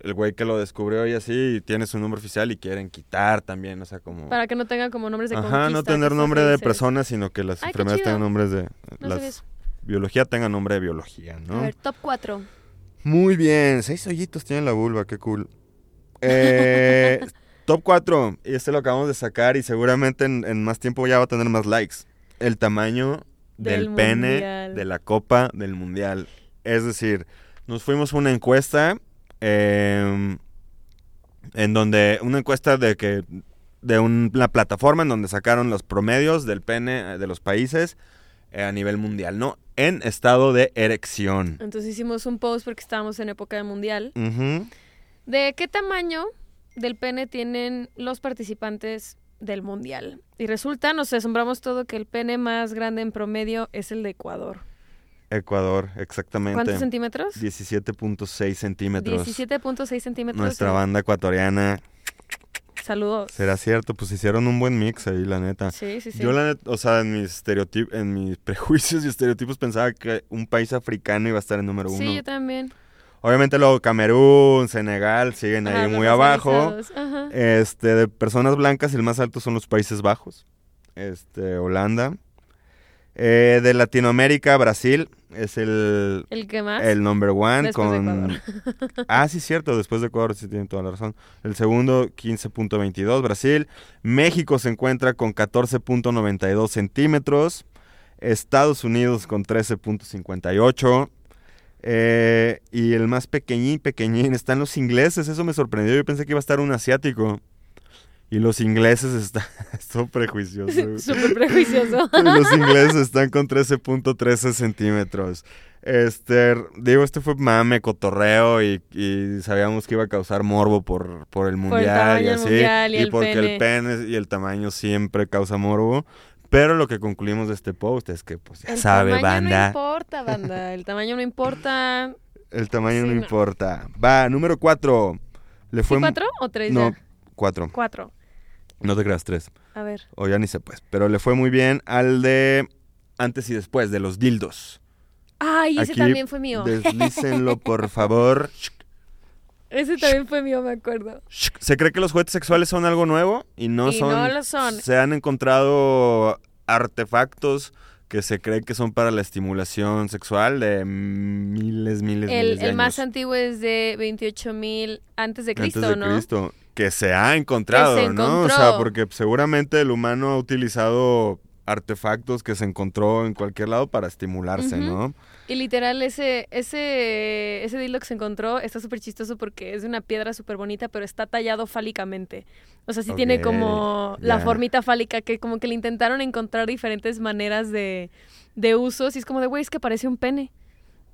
S3: El güey que lo descubrió y así, y tiene su nombre oficial y quieren quitar también, o sea, como...
S1: Para que no tengan como nombres de
S3: Ajá, no
S1: conquista,
S3: tener
S1: cosas
S3: nombre de
S1: raíces.
S3: persona, sino que las
S1: Ay, qué
S3: enfermedades
S1: chido.
S3: tengan nombres de...
S1: No
S3: las
S1: sabía eso.
S3: biología tenga nombre de biología, ¿no?
S1: A ver, top 4.
S3: Muy bien, seis hoyitos tiene la vulva, qué cool. Eh, top 4, y este lo acabamos de sacar y seguramente en, en más tiempo ya va a tener más likes. El tamaño del,
S1: Del
S3: pene
S1: mundial.
S3: de la Copa del Mundial. Es decir, nos fuimos a una encuesta eh, en donde, una encuesta de que de un- una plataforma en donde sacaron los promedios del pene eh, de los países eh, a nivel mundial, ¿no? En estado de erección.
S1: Entonces hicimos un post porque estábamos en época de mundial.
S3: Ujú.
S1: ¿De qué tamaño del pene tienen los participantes del mundial? Y resulta, nos asombramos todo que el pene más grande en promedio es el de Ecuador.
S3: Ecuador, exactamente.
S1: ¿Cuántos centímetros?
S3: 17.6 centímetros.
S1: 17.6 centímetros. Eh,
S3: Nuestra banda ecuatoriana.
S1: Saludos.
S3: ¿Será cierto? Pues hicieron un buen mix ahí, la neta.
S1: Sí, sí, sí.
S3: Yo la neta, o sea, en mis, estereotip- en mis *laughs* prejuicios y estereotipos pensaba que un país africano iba a estar en número uno.
S1: Sí, yo también.
S3: Obviamente luego Camerún, Senegal siguen ahí
S1: Ajá, los
S3: muy
S1: más
S3: abajo.
S1: avisados. Ajá.
S3: Este, de personas blancas, el más alto son los Países Bajos, este, Holanda. Eh, de Latinoamérica, Brasil es el,
S1: El que más.
S3: El number one
S1: Después de
S3: con. *laughs* ah, sí, cierto, después de Ecuador, sí tienen toda la razón. El segundo, 15.22, Brasil. México se encuentra con 14.92 centímetros. Estados Unidos con 13.58. Eh, y el más pequeñín, pequeñín, están los ingleses. Eso me sorprendió. Yo pensé que iba a estar un asiático. Y los ingleses *laughs* están. Esto
S1: *laughs*
S3: prejuicioso.
S1: *laughs*
S3: güey.
S1: Súper
S3: *laughs*
S1: prejuicioso.
S3: Los ingleses están con 13.13 centímetros. Este, digo, este fue mame, cotorreo y, y sabíamos que iba a causar morbo por, por el mundial y
S1: tamaño del
S3: así.
S1: mundial y
S3: y
S1: el
S3: porque el pene y el tamaño siempre causa morbo. Pero lo que concluimos de este post es que, pues ya
S1: El
S3: sabe,
S1: tamaño no
S3: banda.
S1: importa, banda. El tamaño no importa.
S3: el tamaño
S1: Sí,
S3: no,
S1: no.
S3: importa. Va, número 4. ¿Le
S1: ¿Sí
S3: fue
S1: cuatro o tres?
S3: No,
S1: ya?
S3: 4.
S1: Cuatro.
S3: No te creas, 3.
S1: A ver.
S3: O ya ni sé, pues. Pero le fue muy bien al de antes y después, de los dildos.
S1: Ay, ese
S3: Aquí
S1: también fue mío. *laughs*
S3: Deslícenlo, por favor.
S1: Ese también fue mío, me acuerdo.
S3: Se cree que los juguetes sexuales son algo nuevo y no
S1: Y
S3: son.
S1: no lo son.
S3: Se han encontrado artefactos que se cree que son para la estimulación sexual de miles, miles, miles
S1: El,
S3: de
S1: el más
S3: años.
S1: antiguo es de 28.000 antes de Cristo,
S3: Antes de
S1: ¿no?
S3: Cristo. Que se ha encontrado,
S1: Que se
S3: ¿no? O
S1: encontró.
S3: sea, porque seguramente el humano ha utilizado artefactos que se encontró en cualquier lado para estimularse,
S1: Ujú.
S3: ¿no?
S1: Y literal, ese, ese, ese dildo que se encontró está súper chistoso porque es de una piedra súper bonita, pero está tallado fálicamente. O sea, sí tiene
S3: Ok,
S1: como la
S3: ya.
S1: formita fálica que como que le intentaron encontrar diferentes maneras de, de usos. Y es como de, güey, es que parece un pene.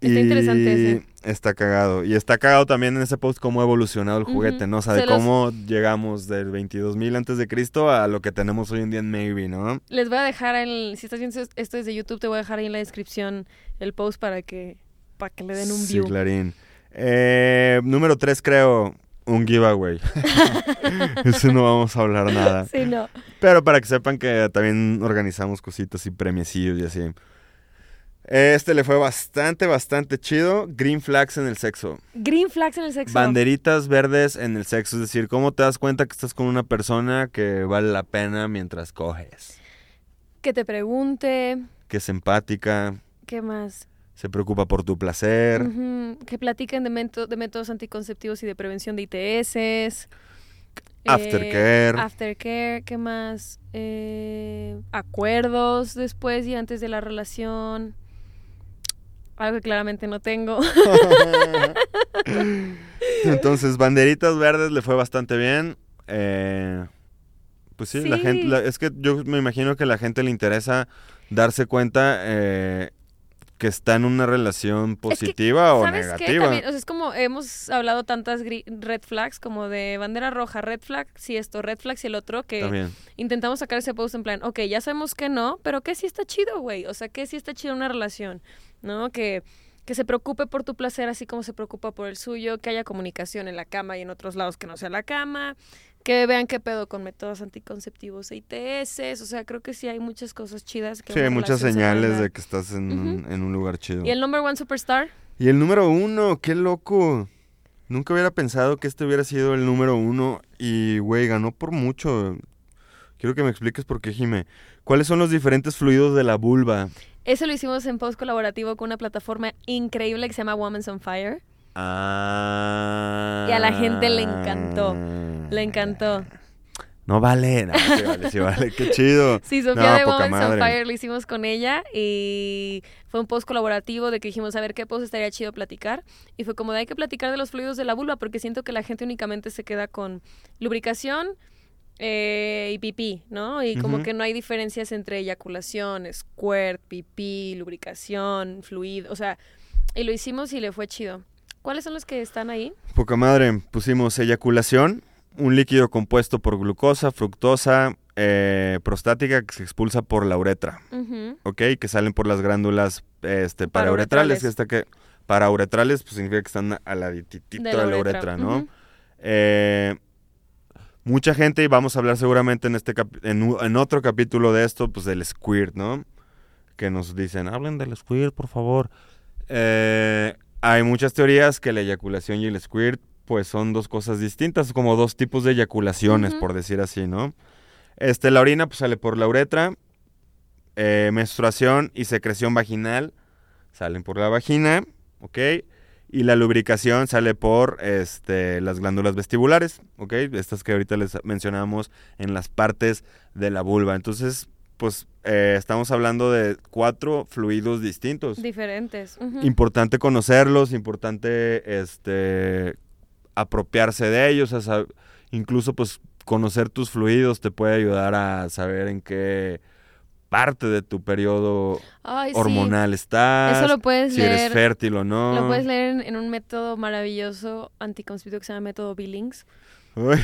S1: Está interesante ese.
S3: Está cagado. Y está cagado también en ese post cómo ha evolucionado el juguete,
S1: Ujú.
S3: ¿no? O sea, de
S1: Se los-
S3: cómo llegamos del 22.000 antes de Cristo a lo que tenemos hoy en día en Maybe, ¿no?
S1: Les voy a dejar el, si estás viendo esto desde YouTube, te voy a dejar ahí en la descripción el post para que, para que le den un
S3: Sí,
S1: view.
S3: clarín. Eh, número 3, creo, un
S1: *laughs*
S3: giveaway. Eso no vamos a hablar nada.
S1: Sí, no.
S3: Pero para que sepan que también organizamos cositas y premiecillos y así. Este le fue bastante, bastante chido. Green flags en el sexo.
S1: Green flags en el sexo.
S3: Banderitas verdes en el sexo, es decir, ¿cómo te das cuenta que estás con una persona que vale la pena mientras coges?
S1: Que te pregunte,
S3: Que es empática,
S1: ¿qué más?
S3: se preocupa por tu placer,
S1: Ujú, Que platiquen de, mento- de métodos anticonceptivos y de prevención de ITS.
S3: Aftercare.
S1: Eh, Aftercare, ¿qué más? Eh, acuerdos después y antes de la relación. Algo que claramente no tengo. *laughs*
S3: *laughs* Entonces, banderitas verdes le fue bastante bien. Eh, pues sí, la
S1: Sí.
S3: gente, la- es que yo me imagino que a la gente le interesa darse cuenta eh, que está en una relación
S1: Es que,
S3: positiva Ah, o
S1: ¿Sabes qué?
S3: negativa.
S1: También, o sea, es como hemos hablado tantas gri- red flags, como de bandera roja, red flag, si esto, red flag, si el otro, que
S3: También.
S1: intentamos sacar ese post en plan, ok, ya sabemos que no, pero que sí está chido, güey. O sea, que sí está chido una relación, ¿no? Que, que se preocupe por tu placer así como se preocupa por el suyo, que haya comunicación en la cama y en otros lados que no sea la cama, que vean qué pedo con métodos anticonceptivos e ITS. O sea, creo que sí hay muchas cosas chidas. Que
S3: Sí,
S1: una
S3: hay muchas
S1: relación se puede
S3: señales
S1: dar.
S3: de que estás en, un- en un lugar chido.
S1: ¿Y el number one superstar?
S3: Y el número uno, qué loco. Nunca hubiera pensado que este hubiera sido el número uno y, güey, ganó por mucho. Quiero que me expliques por qué, Jime. ¿Cuáles son los diferentes fluidos de la vulva?
S1: Ese lo hicimos en post colaborativo con una plataforma increíble que se llama Women's on Fire.
S3: Ah.
S1: Y a la gente le encantó. Le encantó.
S3: No vale. No, sí vale, sí vale.
S1: *laughs*
S3: Qué chido.
S1: Sí, Sofía
S3: No,
S1: de
S3: poca
S1: Women's on
S3: madre.
S1: Fire lo hicimos con ella y fue un post colaborativo de que dijimos, a ver, ¿qué post estaría chido platicar? Y fue como de hay que platicar de los fluidos de la vulva porque siento que la gente únicamente se queda con lubricación eh, y pipí, ¿no? Y como
S3: Ujú.
S1: que no hay diferencias entre eyaculación, squirt, pipí, lubricación, fluido, o sea, y lo hicimos y le fue chido. ¿Cuáles son los que están ahí?
S3: Poca madre. Pusimos eyaculación, un líquido compuesto por glucosa, fructosa, eh, prostática que se expulsa por la uretra.
S1: Ujú.
S3: ¿ok? Que salen por las glándulas este,
S1: Parauretrales.
S3: parauretrales, que hasta que parauretrales pues, significa que están al ladititito
S1: De
S3: de
S1: la
S3: la,
S1: uretra,
S3: uretra, ¿no?
S1: ujú.
S3: Eh, mucha gente, y vamos a hablar seguramente en, este cap- en, u- en otro capítulo de esto, pues del squirt, ¿no? Que nos dicen, hablen del squirt, por favor. Eh, hay muchas teorías que la eyaculación y el squirt pues son dos cosas distintas, como dos tipos de eyaculaciones,
S1: Ujú.
S3: por decir así, ¿no? Este, la orina pues, sale por la uretra, eh, menstruación y secreción vaginal salen por la vagina, ¿ok? Y la lubricación sale por este, las glándulas vestibulares, ¿ok? Estas que ahorita les mencionamos en las partes de la vulva. Entonces, pues eh, estamos hablando de cuatro fluidos distintos
S1: Diferentes. ujú.
S3: importante conocerlos, importante este apropiarse de ellos, a sab- incluso pues conocer tus fluidos te puede ayudar a saber en qué parte de tu periodo
S1: Ay, sí.
S3: hormonal estás,
S1: Eso lo puedes
S3: si
S1: leer.
S3: eres fértil o no.
S1: Lo puedes leer en, en un método maravilloso anticonceptivo que se llama método Billings.
S3: Uy,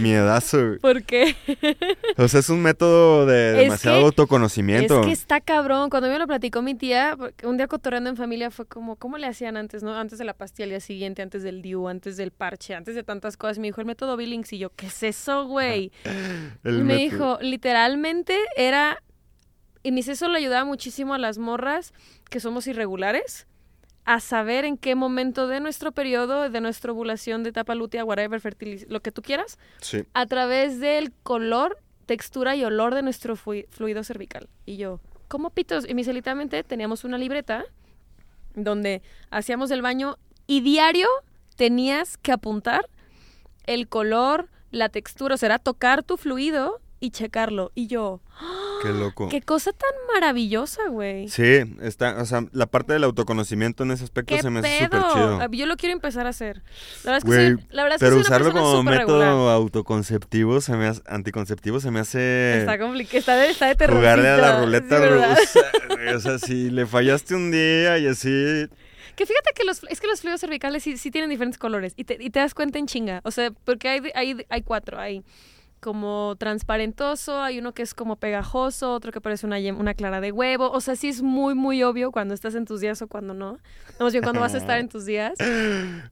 S3: miedazo. güey.
S1: Porque *laughs*
S3: o sea, es un método de
S1: Es
S3: demasiado
S1: que- es
S3: autoconocimiento.
S1: que está cabrón. Cuando me lo platicó mi tía, porque un día cotorreando en familia fue como, ¿cómo le hacían antes, no? Antes de la pastilla, al día siguiente, antes del DIU, antes del parche, antes de tantas cosas. Me dijo el método Billings y yo, ¿qué es eso, güey?
S3: Ah, El
S1: me
S3: método.
S1: dijo, literalmente era. Y me dice, eso le ayudaba muchísimo a las morras que somos irregulares a saber en qué momento de nuestro periodo, de nuestra ovulación, de etapa lútea, whatever, fertiliz lo que tú quieras,
S3: Sí.
S1: a través del color, textura y olor de nuestro fui- fluido cervical. Y yo, ¿cómo pitos? Y me dice, literalmente teníamos una libreta donde hacíamos el baño y diario tenías que apuntar el color, la textura, o sea, era tocar tu fluido y checarlo. Y yo,
S3: Qué loco.
S1: "Ah, qué cosa tan maravillosa, güey.
S3: Sí, está, o sea, la parte del autoconocimiento en ese aspecto
S1: ¿Qué
S3: se me hace súper chido.
S1: pedo? Ah, Yo lo quiero empezar a hacer. La verdad es que,
S3: Güey,
S1: soy, la verdad es que
S3: pero
S1: soy
S3: usarlo
S1: una persona
S3: como
S1: súper
S3: método
S1: regular.
S3: autoconceptivo se me hace, anticonceptivo se me hace
S1: Está complicado, está de, está de
S3: eh, jugarle a la
S1: terrorcito,
S3: ruleta
S1: sí, ¿verdad?
S3: rusa. güey. O sea, si le fallaste un día y así,
S1: Que fíjate que los, es que los fluidos cervicales sí, sí tienen diferentes colores y te, y te das cuenta en chinga. O sea, porque hay, de- hay, de- hay cuatro. Hay como transparentoso, hay uno que es como pegajoso, otro que parece una, yem- una clara de huevo. O sea, sí es muy, muy obvio cuando estás en tus días o cuando no. No, más bien cuando vas a estar en tus días.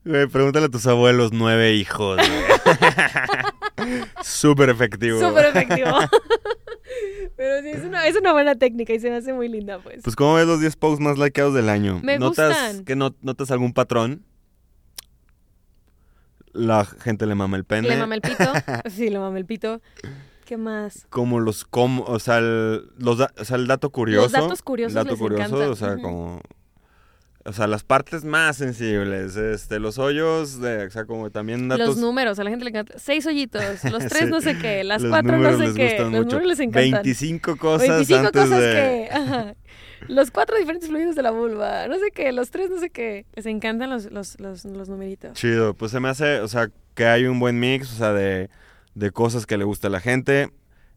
S3: güey, pregúntale a tus abuelos nueve hijos. güey. *laughs* Súper efectivo.
S1: Súper efectivo. *laughs* Pero sí, es una, es una buena técnica y se me hace muy linda, pues.
S3: Pues, ¿cómo ves los 10 posts más likeados del año?
S1: Me
S3: ¿Notas
S1: gustan.
S3: que no, notas algún patrón? La gente le mama el pene.
S1: Le mamé el pito. Sí, le mamé el pito. ¿Qué más?
S3: como los como o sea el, los da- o sea, el dato curioso
S1: Los datos curiosos
S3: el dato
S1: les
S3: curioso
S1: encantan,
S3: o sea
S1: ujú.
S3: como O sea, las partes más sensibles, este, los hoyos, de, o sea, como también datos...
S1: Los números, a la gente le encanta. Seis hoyitos,
S3: *laughs*
S1: los tres
S3: Sí.
S1: no sé qué, las
S3: los
S1: cuatro no
S3: números
S1: sé
S3: les
S1: qué. Los
S3: gustan mucho.
S1: números les encantan.
S3: 25 cosas
S1: 25
S3: antes
S1: cosas
S3: de...
S1: que...
S3: *laughs*
S1: ajá. Los cuatro diferentes fluidos de la vulva, no sé qué, los tres no sé qué. Les encantan los, los, los, los numeritos.
S3: Chido, pues se me hace, o sea, que hay un buen mix, o sea, de, de cosas que le gusta a la gente.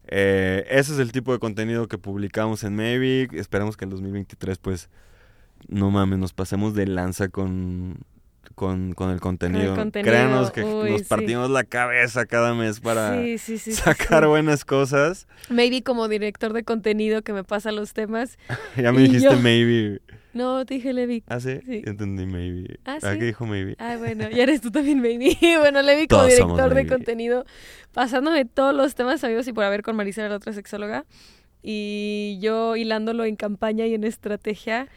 S3: Eh, ese es el tipo de contenido que publicamos en Maybe. Esperamos que el 2023, pues, no mames, nos pasemos de lanza con, con, con el contenido.
S1: contenido,
S3: Créanos que
S1: uy,
S3: nos
S1: sí.
S3: partimos la cabeza cada mes para
S1: sí, sí, sí, sí,
S3: sacar
S1: sí.
S3: buenas cosas. *laughs*
S1: Maybe como director de contenido que me pasa los temas.
S3: Ya me
S1: Y
S3: dijiste
S1: yo-
S3: Maybe.
S1: No, te dije Levi.
S3: ¿Ah, sí?
S1: Sí.
S3: Entendí Maybe.
S1: Ah,
S3: ¿A
S1: sí.
S3: qué dijo Maybe?
S1: Ay, bueno, y eres tú también, baby. *laughs* Bueno, Levi como
S3: Todos somos
S1: director de
S3: baby.
S1: contenido, pasándome todos los temas amigos y por haber con Marisa, la otra sexóloga, y yo hilándolo en campaña y en estrategia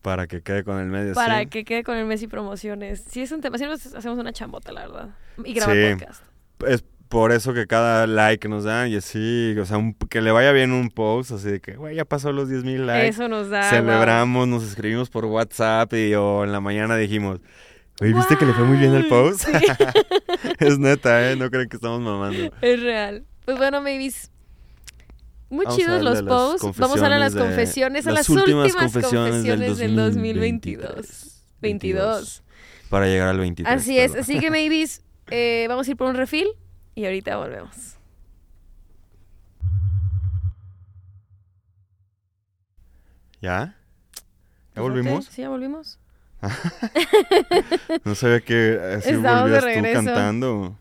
S3: Para que quede con el medio.
S1: para
S3: sí.
S1: que quede con el mes y promociones. Sí, es un tema, siempre nos hacemos una chambota, la verdad, y grabar
S3: Sí.
S1: podcast.
S3: es por eso que cada like que nos dan y así, o sea, un- que le vaya bien un post, así de que, güey, ya pasó los 10 mil likes.
S1: Eso ah, nos da.
S3: Celebramos, nos escribimos por WhatsApp y o en la mañana dijimos, güey, ¿viste que le fue muy bien el
S1: Guau,
S3: post?
S1: sí.
S3: *laughs* es neta, ¿eh? No creen que estamos mamando.
S1: wow, es real. Pues bueno, babies. Muy
S3: Vamos a
S1: chidos
S3: hablar
S1: los
S3: de las
S1: posts. Vamos a hablar de las confesiones,
S3: confesiones de-
S1: a las últimas, confesiones, del 2022. 22.
S3: Para llegar al 23.
S1: Así es,
S3: perdón.
S1: así que Mavis, eh, vamos a ir por un refil y ahorita volvemos.
S3: ¿Ya?
S1: Pues
S3: ¿Ya volvimos?
S1: Sí, ya volvimos.
S3: No sabía que así
S1: Estamos de
S3: volvías tú
S1: regreso.
S3: cantando.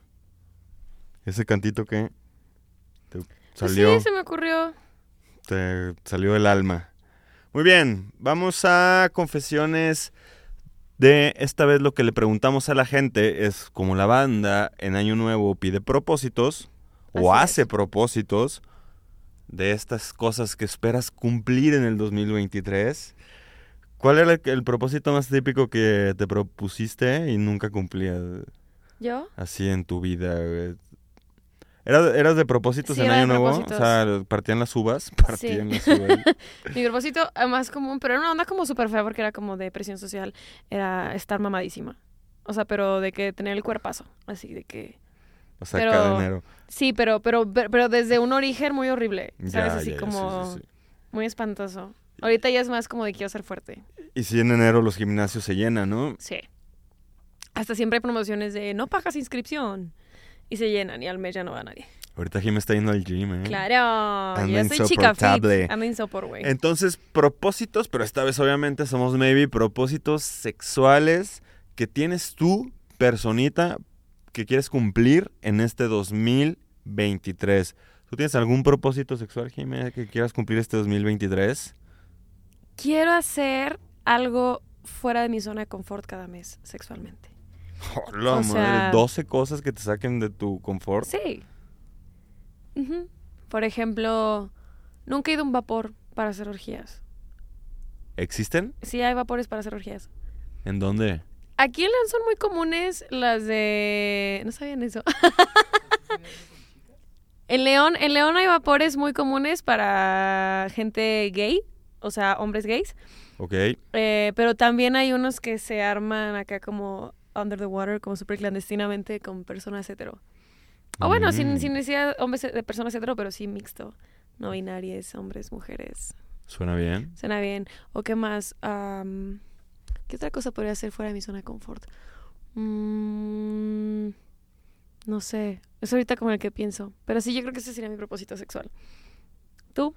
S3: Ese cantito que te
S1: Pues
S3: salió,
S1: Sí, se me ocurrió.
S3: te salió del alma. Muy bien, vamos a confesiones de esta vez lo que le preguntamos a la gente es como la banda en Año Nuevo pide propósitos o
S1: Así
S3: hace propósitos de estas cosas que esperas cumplir en el 2023. ¿Cuál era el, el propósito más típico que te propusiste y nunca cumplías?
S1: ¿Yo?
S3: así en tu vida, güey? ¿Eras, eras de propósitos
S1: Sí,
S3: en
S1: era de
S3: Año Nuevo? O
S1: propósitos.
S3: sea, partían las uvas, partían
S1: *laughs*
S3: las uvas.
S1: Mi propósito eh, más común, pero era una onda como súper fea porque era como de presión social, era estar mamadísima. O sea, pero de que tener el cuerpazo, así de que...
S3: O sea,
S1: Pero-
S3: cada enero.
S1: Sí, pero, pero, pero desde un origen muy horrible, ¿sabes?
S3: Ya,
S1: así
S3: ya, ya,
S1: como
S3: sí, sí, sí.
S1: muy espantoso. Ahorita ya es más como de quiero ser fuerte.
S3: Y si en enero los gimnasios se llenan, ¿no?
S1: Sí. Hasta siempre hay promociones de no pagas inscripción. Y se llenan y al mes ya no va nadie.
S3: Ahorita Jim está yendo al gym, ¿eh?
S1: Claro,
S3: Ando
S1: yo soy chica
S3: insoportable.
S1: fit. Ando insopor, güey.
S3: Entonces, propósitos, pero esta vez obviamente somos maybe propósitos sexuales que tienes tú, personita, que quieres cumplir en este 2023. ¿Tú tienes algún propósito sexual, Jimena, que quieras cumplir este 2023?
S1: Quiero hacer algo fuera de mi zona de confort cada mes sexualmente.
S3: ¡Hola,
S1: O
S3: madre!
S1: sea-
S3: 12 cosas que te saquen de tu confort.
S1: Sí. Ujú. Por ejemplo, nunca he ido a un vapor para hacer orgías.
S3: ¿Existen?
S1: Sí hay vapores para hacer orgías.
S3: ¿En dónde?
S1: Aquí en León son muy comunes las de... No sabían eso. *laughs* en, León, en León hay vapores muy comunes para gente gay, o sea, hombres gays.
S3: Ok.
S1: Eh, pero también hay unos que se arman acá como under the water, como súper clandestinamente con personas hetero. O bueno, sin,
S3: Mm.
S1: sin necesidad hombres de personas hetero, pero sí mixto. No binarias, hombres, mujeres.
S3: ¿Suena bien?
S1: Suena bien. ¿O qué más? Am, ¿Qué otra cosa podría hacer fuera de mi zona de confort? Mm, no sé. Es ahorita como el que pienso. Pero sí, yo creo que ese sería mi propósito sexual. ¿Tú?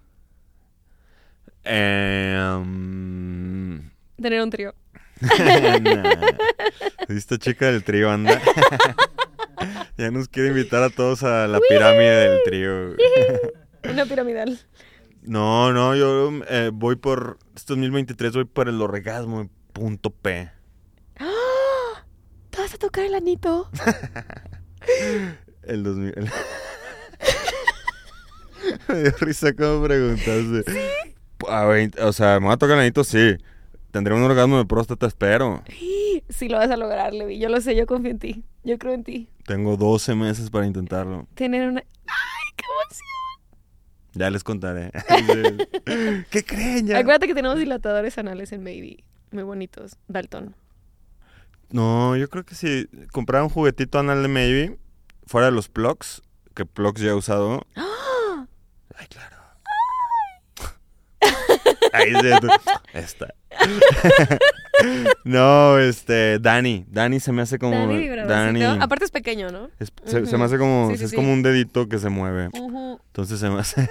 S3: Eh, mm,
S1: Tener un trío.
S3: *laughs* Nah. Esta chica del trío anda. *laughs* ya nos quiere invitar a todos a la pirámide del trío.
S1: Una piramidal.
S3: no, no, yo eh, voy por. Este 2023 voy por el orgasmo en punto P.
S1: ¡Ah! *gasps* ¿Te vas a tocar el anito?
S3: El 2000. el- *laughs* me dio risa como preguntaste. A 20 o sea, me va a tocar el anito, sí. Tendré un orgasmo de próstata, espero.
S1: Sí, lo vas a lograr, Levi. Yo lo sé, yo confío en ti. Yo creo en ti.
S3: Tengo 12 meses para intentarlo.
S1: Tener una. ¡Ay, qué emoción!
S3: Ya les contaré. *laughs* ¿Qué creen? Ya?
S1: Acuérdate que tenemos dilatadores anales en Maybe. muy bonitos. Dalton.
S3: No, yo creo que si comprara un juguetito anal de Maybe, fuera de los plugs, que plugs ya he usado.
S1: ¡Ah!
S3: Ay, claro. *laughs* Ahí se... Esta. *laughs* no, este, Dani. Dani se me hace como.
S1: Dani
S3: Dani.
S1: Vibradorcito. Aparte es pequeño, ¿no?
S3: Es- se, se me hace como.
S1: Sí, Ah. sí,
S3: es
S1: sí.
S3: como un dedito que se mueve.
S1: Ujú.
S3: Entonces se me hace.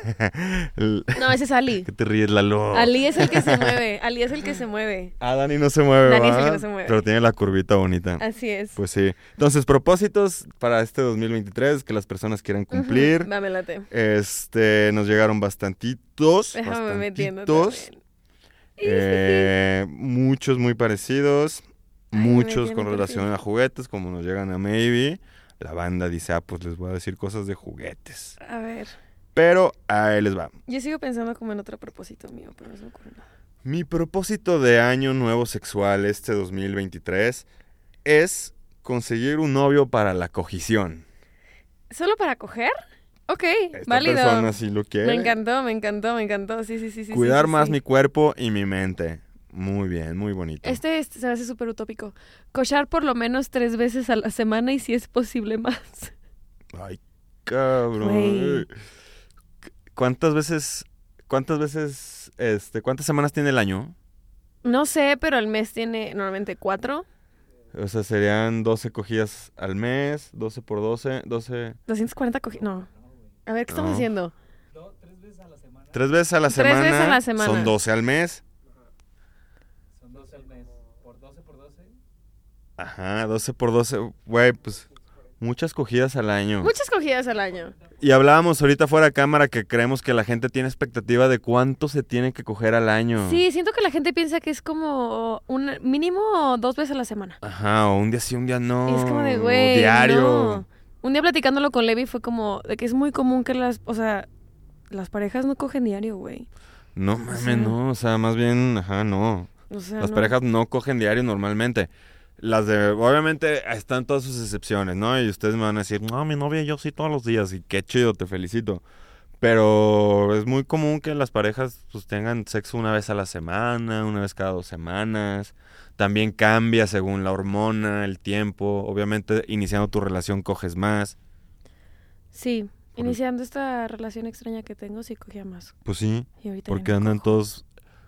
S3: *laughs* el-
S1: No, ese es
S3: *laughs*
S1: Ali.
S3: ¿Qué te ríes, Lalo?
S1: Ali es el que
S3: *laughs*
S1: se mueve. Ali es el que se mueve.
S3: Ah, Dani no se mueve,
S1: Dani es el
S3: ¿va?
S1: que no se mueve.
S3: Pero tiene la curvita bonita.
S1: Así es.
S3: Pues sí. Entonces, propósitos para este 2023 que las personas quieran
S1: Ujú.
S3: cumplir.
S1: Dame late.
S3: Este, nos llegaron bastantitos.
S1: Déjame metiendo.
S3: bastantitos.
S1: también.
S3: Eh, muchos muy parecidos,
S1: Ay, me metí
S3: muchos
S1: a
S3: con
S1: mi
S3: relación
S1: perfil.
S3: a juguetes, como nos llegan a Maybe. La banda dice, ah, pues les voy a decir cosas de juguetes.
S1: A ver.
S3: Pero ahí les va.
S1: Yo sigo pensando como en otro propósito mío, pero no se me ocurre nada.
S3: Mi propósito de año nuevo sexual este 2023 es conseguir un novio para la cogición.
S1: ¿Solo para coger? Ok,
S3: Esta
S1: válido.
S3: persona sí lo quiere.
S1: Me encantó, me encantó, me encantó. Sí, sí, sí. sí
S3: Cuidar
S1: sí, sí,
S3: más
S1: sí.
S3: mi cuerpo y mi mente. Muy bien, muy bonito.
S1: Este es- se me hace súper utópico. Cochar por lo menos tres veces a la semana y si es posible más.
S3: Ay, cabrón.
S1: Güey.
S3: Cu- ¿Cuántas veces, cuántas veces, este, cuántas semanas tiene el año?
S1: *laughs* No sé, pero el mes tiene normalmente cuatro.
S3: O sea, serían 12 cogidas al mes, 12 por 12, 12,
S1: 240 cogidas. No. A ver, ¿qué estamos
S3: No.
S1: haciendo?
S3: tres veces a la
S1: Tres
S3: semana.
S1: veces a la semana.
S3: Son 12 al mes.
S4: Son 12 al mes. Por 12 por 12.
S3: Ajá, 12 por 12, güey, pues muchas cogidas al año.
S1: Muchas cogidas al año.
S3: Y hablábamos ahorita fuera de cámara que creemos que la gente tiene expectativa de cuánto se tiene que coger al año.
S1: Sí, siento que la gente piensa que es como un mínimo dos veces a la semana.
S3: Ajá, o un día sí, un día no.
S1: Y es como de,
S3: o
S1: güey.
S3: Diario.
S1: no. Un día platicándolo con Levi fue como de que es muy común que las, o sea, las parejas no cogen diario, güey.
S3: No
S1: sea-
S3: mames, no, o sea, más bien, ajá, no.
S1: O sea,
S3: Las
S1: Ah, no.
S3: parejas no cogen diario normalmente. Las de, obviamente, están todas sus excepciones, ¿no? Y ustedes me van a decir, no, mi novia y yo sí todos los días, y qué chido, te felicito. Pero es muy común que las parejas pues tengan sexo una vez a la semana, una vez cada dos semanas. También cambia según la hormona, el tiempo. Obviamente, iniciando tu relación coges más.
S1: Sí,
S3: Por-
S1: iniciando esta relación extraña que tengo, sí cogía más.
S3: Pues sí,
S1: Y ahorita ya
S3: porque
S1: no
S3: andan
S1: cojo.
S3: todos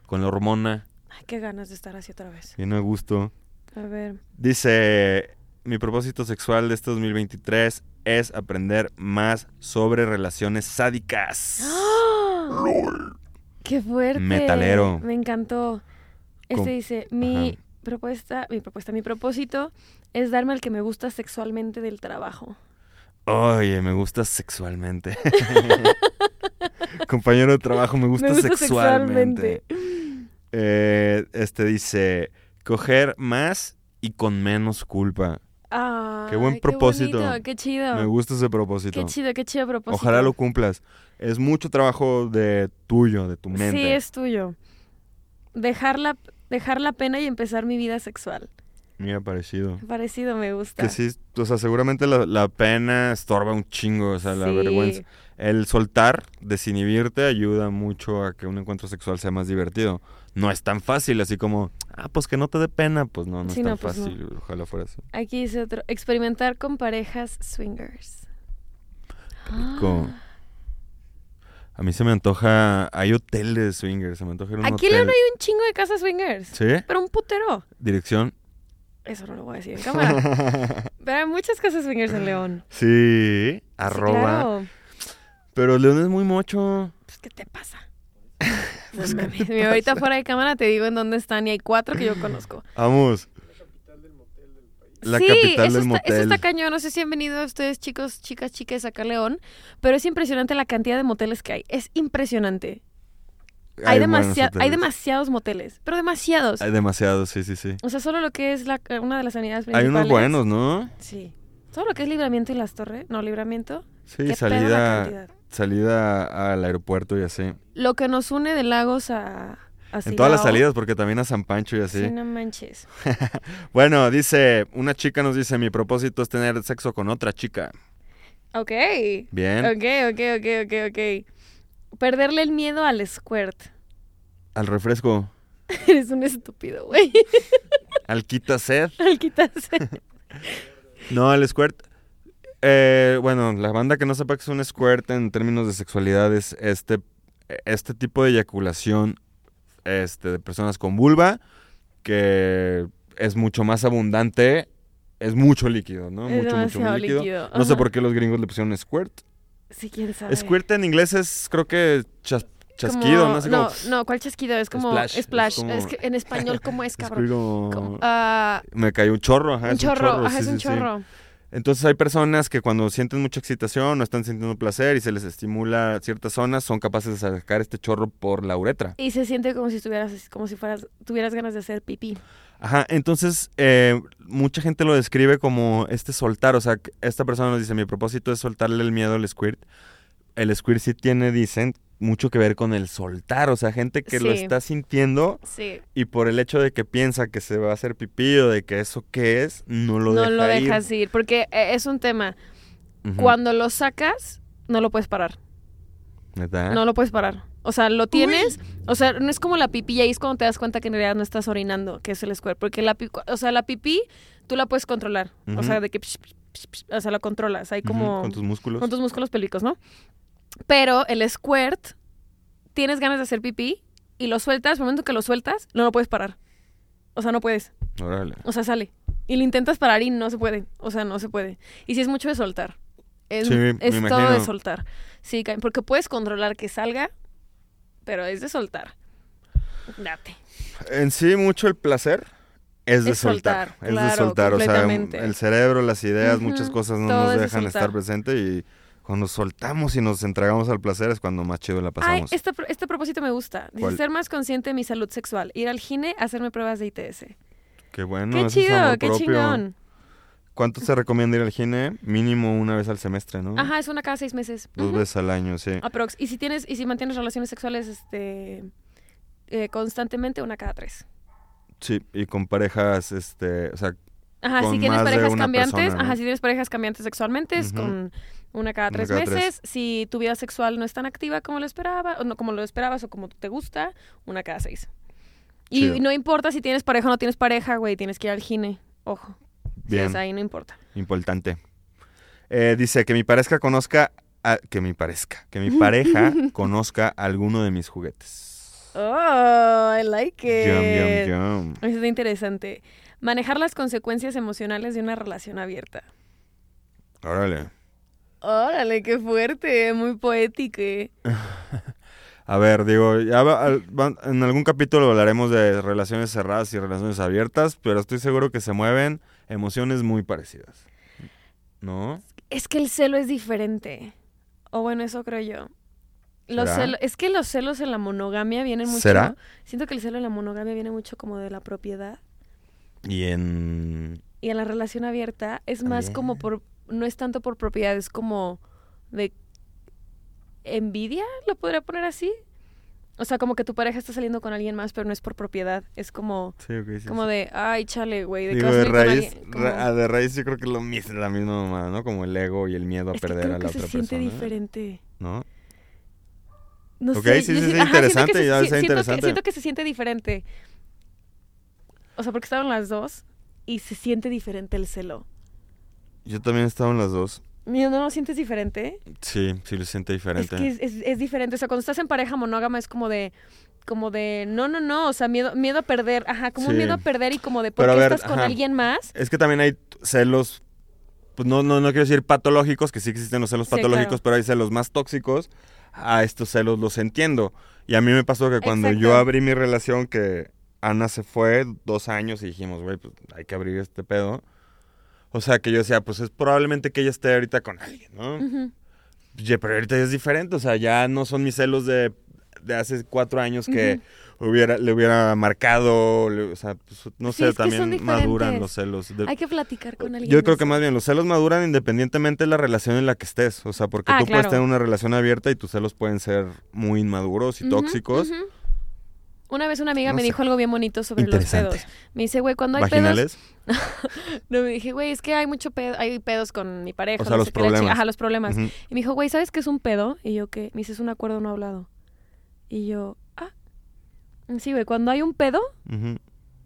S3: con la hormona,
S1: Ay, qué ganas de estar así otra vez.
S3: bien a gusto.
S1: A ver,
S3: Dice, mi propósito sexual de este 2023 es aprender más sobre relaciones
S1: *gasps*
S3: sádicas.
S1: qué fuerte.
S3: Metalero.
S1: Me encantó. Este
S3: Com-
S1: dice, mi
S3: Ajá.
S1: propuesta, mi propuesta, mi propósito es darme al que me gusta sexualmente del trabajo.
S3: Oye, me gusta sexualmente. *laughs* Compañero de trabajo, me gusta,
S1: Me gusta
S3: sexualmente.
S1: sexualmente.
S3: Eh, este dice, coger más y con menos culpa.
S1: Ay,
S3: buen propósito.
S1: Qué, bonito, qué chido.
S3: Me gusta ese propósito.
S1: Oh, Qué chido, qué chido propósito.
S3: Ojalá lo cumplas. Es mucho trabajo de tuyo, de tu mente.
S1: Sí, es tuyo. Dejar la, dejar la pena y empezar mi vida sexual.
S3: Mira, parecido.
S1: Parecido me gusta.
S3: Que sí, o sea, seguramente la, la pena estorba un chingo, o sea, la
S1: Sí.
S3: vergüenza. El soltar, desinhibirte, ayuda mucho a que un encuentro sexual sea más divertido. No es tan fácil, así como, ah, pues que no te dé pena, pues no, no
S1: Sí,
S3: es tan
S1: no, pues no.
S3: fácil, ojalá fuera así.
S1: Aquí dice otro. Experimentar con parejas swingers. Ah.
S3: Como- A mí se me antoja, hay hoteles de swingers, se me antoja ir a un
S1: Aquí en
S3: hotel.
S1: León hay un chingo de casas swingers.
S3: ¿Sí?
S1: Pero un putero.
S3: ¿Dirección?
S1: Eso no lo voy a decir en
S3: *laughs*
S1: cámara. pero hay muchas casas swingers en León.
S3: sí, arroba.
S1: Sí, claro.
S3: Pero León es muy mocho.
S1: Pues, ¿qué te
S3: *laughs*
S1: pasa? No mames, mira, ahorita fuera de cámara te digo en dónde están y hay cuatro que yo conozco.
S3: Vamos. La
S1: sí,
S3: capital
S1: eso,
S3: del
S1: está,
S3: motel.
S1: eso está cañón. No sé si han venido ustedes, chicos, chicas, chicas, acá a León, pero es impresionante la cantidad de moteles que hay. Es impresionante. Hay,
S3: buenos
S1: demasiado- hay
S3: hoteles.
S1: demasiados moteles, pero demasiados.
S3: Hay demasiados, sí, sí, sí.
S1: O sea, solo lo que es la, eh, una de las unidades
S3: Hay
S1: principales.
S3: unos buenos, ¿no?
S1: Sí. Solo lo que es Libramiento y Las Torres. No, Libramiento.
S3: Sí,
S1: ¿Qué pedo la
S3: salida,
S1: cantidad?
S3: salida al aeropuerto y así.
S1: Lo que nos une de Lagos a. a
S3: en todas las
S1: Silao.
S3: salidas, porque también a San Pancho y así.
S1: Sí, no manches.
S3: Bueno, dice, una chica nos dice, mi propósito es tener sexo con otra chica.
S1: Ok.
S3: Bien.
S1: Ok, ok, ok, ok, ok. Perderle el miedo al squirt. *laughs*
S3: Al refresco.
S1: Eres un estúpido, güey. *laughs*
S3: Alquita Sed.
S1: Al
S3: *laughs*
S1: quitarse.
S3: No, el squirt. eh, bueno, la banda que no sepa que es un squirt en términos de sexualidad es este, este tipo de eyaculación este, de personas con vulva que es mucho más abundante. Es mucho líquido, ¿no?
S1: Es
S3: mucho, mucho,
S1: demasiado
S3: muy líquido.
S1: líquido,
S3: No sé
S1: ajá.
S3: por qué los gringos le pusieron squirt.
S1: Sí, quién sabe.
S3: Squirt en inglés es, creo que, chas-
S1: Como-
S3: chasquido, ¿no? Así
S1: no,
S3: como-
S1: no, ¿cuál chasquido? Es como
S3: Splash,
S1: splash.
S3: es como-
S1: Es que en español, ¿cómo es,
S3: *laughs* es
S1: cabrón?
S3: como-
S1: Como, ah,
S3: Me cayó un chorro, ajá.
S1: un
S3: es
S1: chorro, ajá,
S3: sí,
S1: es un
S3: sí, sí.
S1: chorro.
S3: Entonces hay personas que cuando sienten mucha excitación o están sintiendo placer y se les estimula ciertas zonas, son capaces de sacar este chorro por la uretra.
S1: Y se siente como si estuvieras, como si fueras, tuvieras ganas de hacer pipí.
S3: Ajá, entonces eh, mucha gente lo describe como este soltar, o sea, que esta persona nos dice, mi propósito es soltarle el miedo al squirt. El squirt sí tiene, dicen, mucho que ver con el soltar, o sea, gente que lo
S1: Sí.
S3: está sintiendo
S1: Sí.
S3: y por el hecho de que piensa que se va a hacer pipí o de que eso que es, no lo
S1: no
S3: deja
S1: lo
S3: ir.
S1: dejas ir. Porque eh, es un tema.
S3: Ujú.
S1: Cuando lo sacas, no lo puedes parar.
S3: ¿Neta?
S1: No lo puedes parar. O sea, lo tienes. O sea, no es como la pipí. Y ahí es cuando te das cuenta que en realidad no estás orinando, que es el squirt. Porque la, pi- o sea, la pipí tú la puedes controlar. O
S3: Ujú.
S1: sea, de que. psh, psh, psh, psh, o sea, la controlas. Hay
S3: Ujú,
S1: como.
S3: Con tus músculos.
S1: Con tus músculos pélvicos, ¿no? Pero el squirt, tienes ganas de hacer pipí y lo sueltas, el momento que lo sueltas, no lo puedes parar. O sea, no puedes.
S3: Órale.
S1: O sea, sale. Y lo intentas parar y no se puede. O sea, no se puede. Y si es mucho de soltar. Es,
S3: Sí, me
S1: es todo de
S3: imagino.
S1: soltar. Sí, Karen, porque puedes controlar que salga, pero es de soltar. Date.
S3: En sí, mucho el placer es de
S1: Es soltar,
S3: soltar. es de
S1: claro,
S3: soltar. O sea,
S1: completamente.
S3: el cerebro, las ideas,
S1: Ujú,
S3: muchas cosas no
S1: todo
S3: nos
S1: es de
S3: dejan
S1: soltar.
S3: estar presente y cuando soltamos y nos entregamos al placer es cuando más chido la
S1: Ay,
S3: pasamos.
S1: este, pro- este propósito me gusta. Dice,
S3: ¿Cuál?
S1: ser más consciente de mi salud sexual. Ir al gine, hacerme pruebas de ITS.
S3: Qué bueno.
S1: qué
S3: eso es amor
S1: chido, qué
S3: propio.
S1: chingón.
S3: ¿Cuánto se recomienda ir al gine? Mínimo una vez al semestre, ¿no?
S1: Ajá, es una cada seis meses.
S3: Dos
S1: Ujú.
S3: veces al año, sí.
S1: Aprox. Y si tienes, y si mantienes relaciones sexuales este eh, constantemente, una cada tres.
S3: Sí, y con parejas, este, o sea,
S1: Ajá, si
S3: Con
S1: tienes
S3: más de
S1: parejas
S3: una
S1: cambiantes,
S3: persona, ¿no?
S1: ajá, si tienes parejas cambiantes sexualmente, es
S3: Ujú.
S1: con una cada
S3: Una
S1: tres
S3: cada tres.
S1: meses. Si tu vida sexual no es tan activa como lo esperaba, o no como lo esperabas o como te gusta, una cada seis. Y
S3: Chido.
S1: no importa si tienes pareja o no tienes pareja, güey, tienes que ir al gine. Ojo. Si
S3: bien.
S1: es ahí, no importa.
S3: Importante. Eh, dice que mi pareja conozca, a- que mi parezca, que mi
S1: *laughs*
S3: pareja conozca alguno de mis juguetes.
S1: Oh, I like it.
S3: Yum, yum, yum.
S1: Eso es interesante. Manejar las consecuencias emocionales de una relación abierta.
S3: Órale.
S1: Órale, qué fuerte, muy poético.
S3: A ver, digo, ya va- al- van- en algún capítulo hablaremos de relaciones cerradas y relaciones abiertas, pero estoy seguro que se mueven emociones muy parecidas. ¿No?
S1: Es que el celo es diferente. O bueno, eso creo yo. Los
S3: ¿Será?
S1: celo- es que los celos en la monogamia vienen mucho.
S3: ¿Será?
S1: Siento que el celo en la monogamia viene mucho como de la propiedad.
S3: Y en...
S1: Y en la relación abierta es más
S3: También.
S1: como por. No es tanto por propiedad, es como de. envidia, lo podría poner así. O sea, como que tu pareja está saliendo con alguien más, pero no es por propiedad. Es como.
S3: Sí, ok, sí,
S1: Como
S3: sí.
S1: de, ay, chale, güey, de que
S3: Digo,
S1: vas a
S3: de
S1: salir con
S3: raíz,
S1: alguien",
S3: ra-
S1: como-
S3: ah, de raíz yo creo que es lo mismo, la misma mamada, ¿no? Como el ego y el miedo a
S1: Es que
S3: perder
S1: creo
S3: a
S1: que
S3: la
S1: se
S3: otra
S1: siente
S3: persona.
S1: diferente.
S3: ¿No?
S1: No
S3: Ok,
S1: sé,
S3: sí,
S1: yo
S3: sí,
S1: siento- ajá,
S3: sí,
S1: siento que
S3: interesante,
S1: se-
S3: ya
S1: sí,
S3: es
S1: siento que-
S3: interesante.
S1: Siento que se siente diferente. O sea, porque estaban las dos y se siente diferente el celo.
S3: Yo también estaba en las dos.
S1: ¿No no lo sientes diferente?
S3: Sí, sí lo siente diferente.
S1: Es que es, es- es diferente. O sea, cuando estás en pareja monógama es como de... Como de, no, no, no, o sea, miedo, miedo a perder, ajá, como un
S3: Sí.
S1: miedo a perder y como de, ¿por
S3: Pero a
S1: qué
S3: ver,
S1: estás con
S3: ajá.
S1: alguien más?
S3: Es que también hay t- celos, pues no, no, no quiero decir patológicos, que sí existen los celos
S1: Sí,
S3: patológicos,
S1: claro.
S3: pero hay celos más tóxicos. A estos celos los entiendo. Y a mí me pasó que cuando yo
S1: Exacto.
S3: abrí mi relación, que Ana se fue dos años y dijimos, güey, pues hay que abrir este pedo. O sea, que yo decía, pues es probablemente que ella esté ahorita con alguien, ¿no?
S1: Ujú.
S3: Ye, pero ahorita ya es diferente, o sea, ya no son mis celos de, de hace cuatro años que hubiera, le hubiera marcado, le- o sea, pues, no
S1: Sí,
S3: sé,
S1: es que son
S3: también maduran
S1: diferentes.
S3: los celos. de-
S1: Hay que platicar con alguien.
S3: yo creo
S1: de
S3: que
S1: eso.
S3: más bien los celos maduran independientemente de la relación en la que estés, o sea, porque
S1: Ah,
S3: tú
S1: claro.
S3: puedes tener una relación abierta y tus celos pueden ser muy inmaduros y
S1: Ujú,
S3: tóxicos.
S1: ujú. Una vez una amiga
S3: No
S1: me
S3: sé.
S1: dijo algo bien bonito sobre los
S3: Interesante.
S1: pedos. Me dice, güey, cuando hay
S3: Vaginales.
S1: pedos. *laughs* No, me dije, güey, es que hay mucho pedo, hay pedos con mi pareja.
S3: O sea,
S1: no
S3: los
S1: sé qué la chi-
S3: problemas.
S1: Ajá, los problemas.
S3: Ujú.
S1: Y me dijo, güey, ¿sabes qué es un pedo? Y yo, ¿qué? Me dice, es un acuerdo no hablado. Y yo, ah. Sí, güey, cuando hay un pedo
S3: Ujú.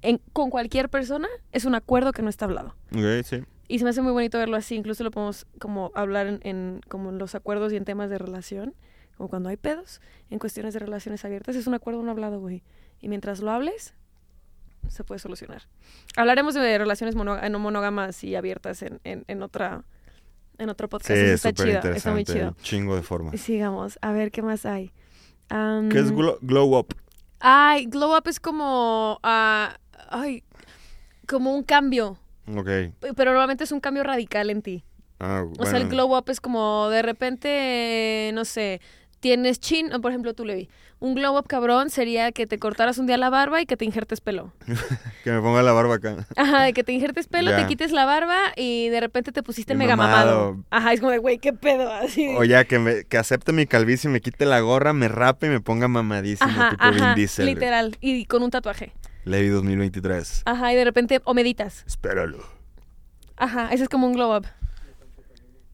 S1: en- con cualquier persona, es un acuerdo que no está hablado.
S3: Ok, sí.
S1: Y se me hace muy bonito verlo así, incluso lo podemos como hablar en, en- como en los acuerdos y en temas de relación, como cuando hay pedos, en cuestiones de relaciones abiertas, es un acuerdo no hablado, güey. Y mientras lo hables, se puede solucionar. Hablaremos de relaciones mono- eh, no monógamas y abiertas en, en, en otra en otro podcast.
S3: Sí,
S1: Eso
S3: es
S1: está
S3: súper
S1: chido, está muy
S3: interesante.
S1: chido.
S3: un Chingo de formas.
S1: Sigamos, a ver qué más hay. Am,
S3: ¿Qué es glo- glow up?
S1: Ay, glow up es como ah, ay, como un cambio,
S3: Ok.
S1: pero normalmente es un cambio radical en ti.
S3: Ah,
S1: O sea, el
S3: bueno.
S1: glow up es como de repente, eh, no sé, tienes chin, o por ejemplo tú, Levi. Un glow up cabrón sería que te cortaras un día la barba y que te injertes pelo.
S3: *laughs* Que me ponga la barba acá.
S1: Ajá, de que te injertes pelo,
S3: Ya.
S1: te quites la barba y de repente te pusiste
S3: Bien
S1: mega mamado.
S3: mamado.
S1: Ajá, es como de, güey, qué pedo, así.
S3: O ya, que, me, que acepte mi calvicie, me quite la gorra, me rape y me ponga mamadísimo,
S1: ajá,
S3: tipo Vin
S1: ajá,
S3: Diesel.
S1: literal, y con un tatuaje.
S3: Levi 2023.
S1: Ajá, y de repente, o meditas.
S3: Espéralo.
S1: Ajá, ese es como un glow up.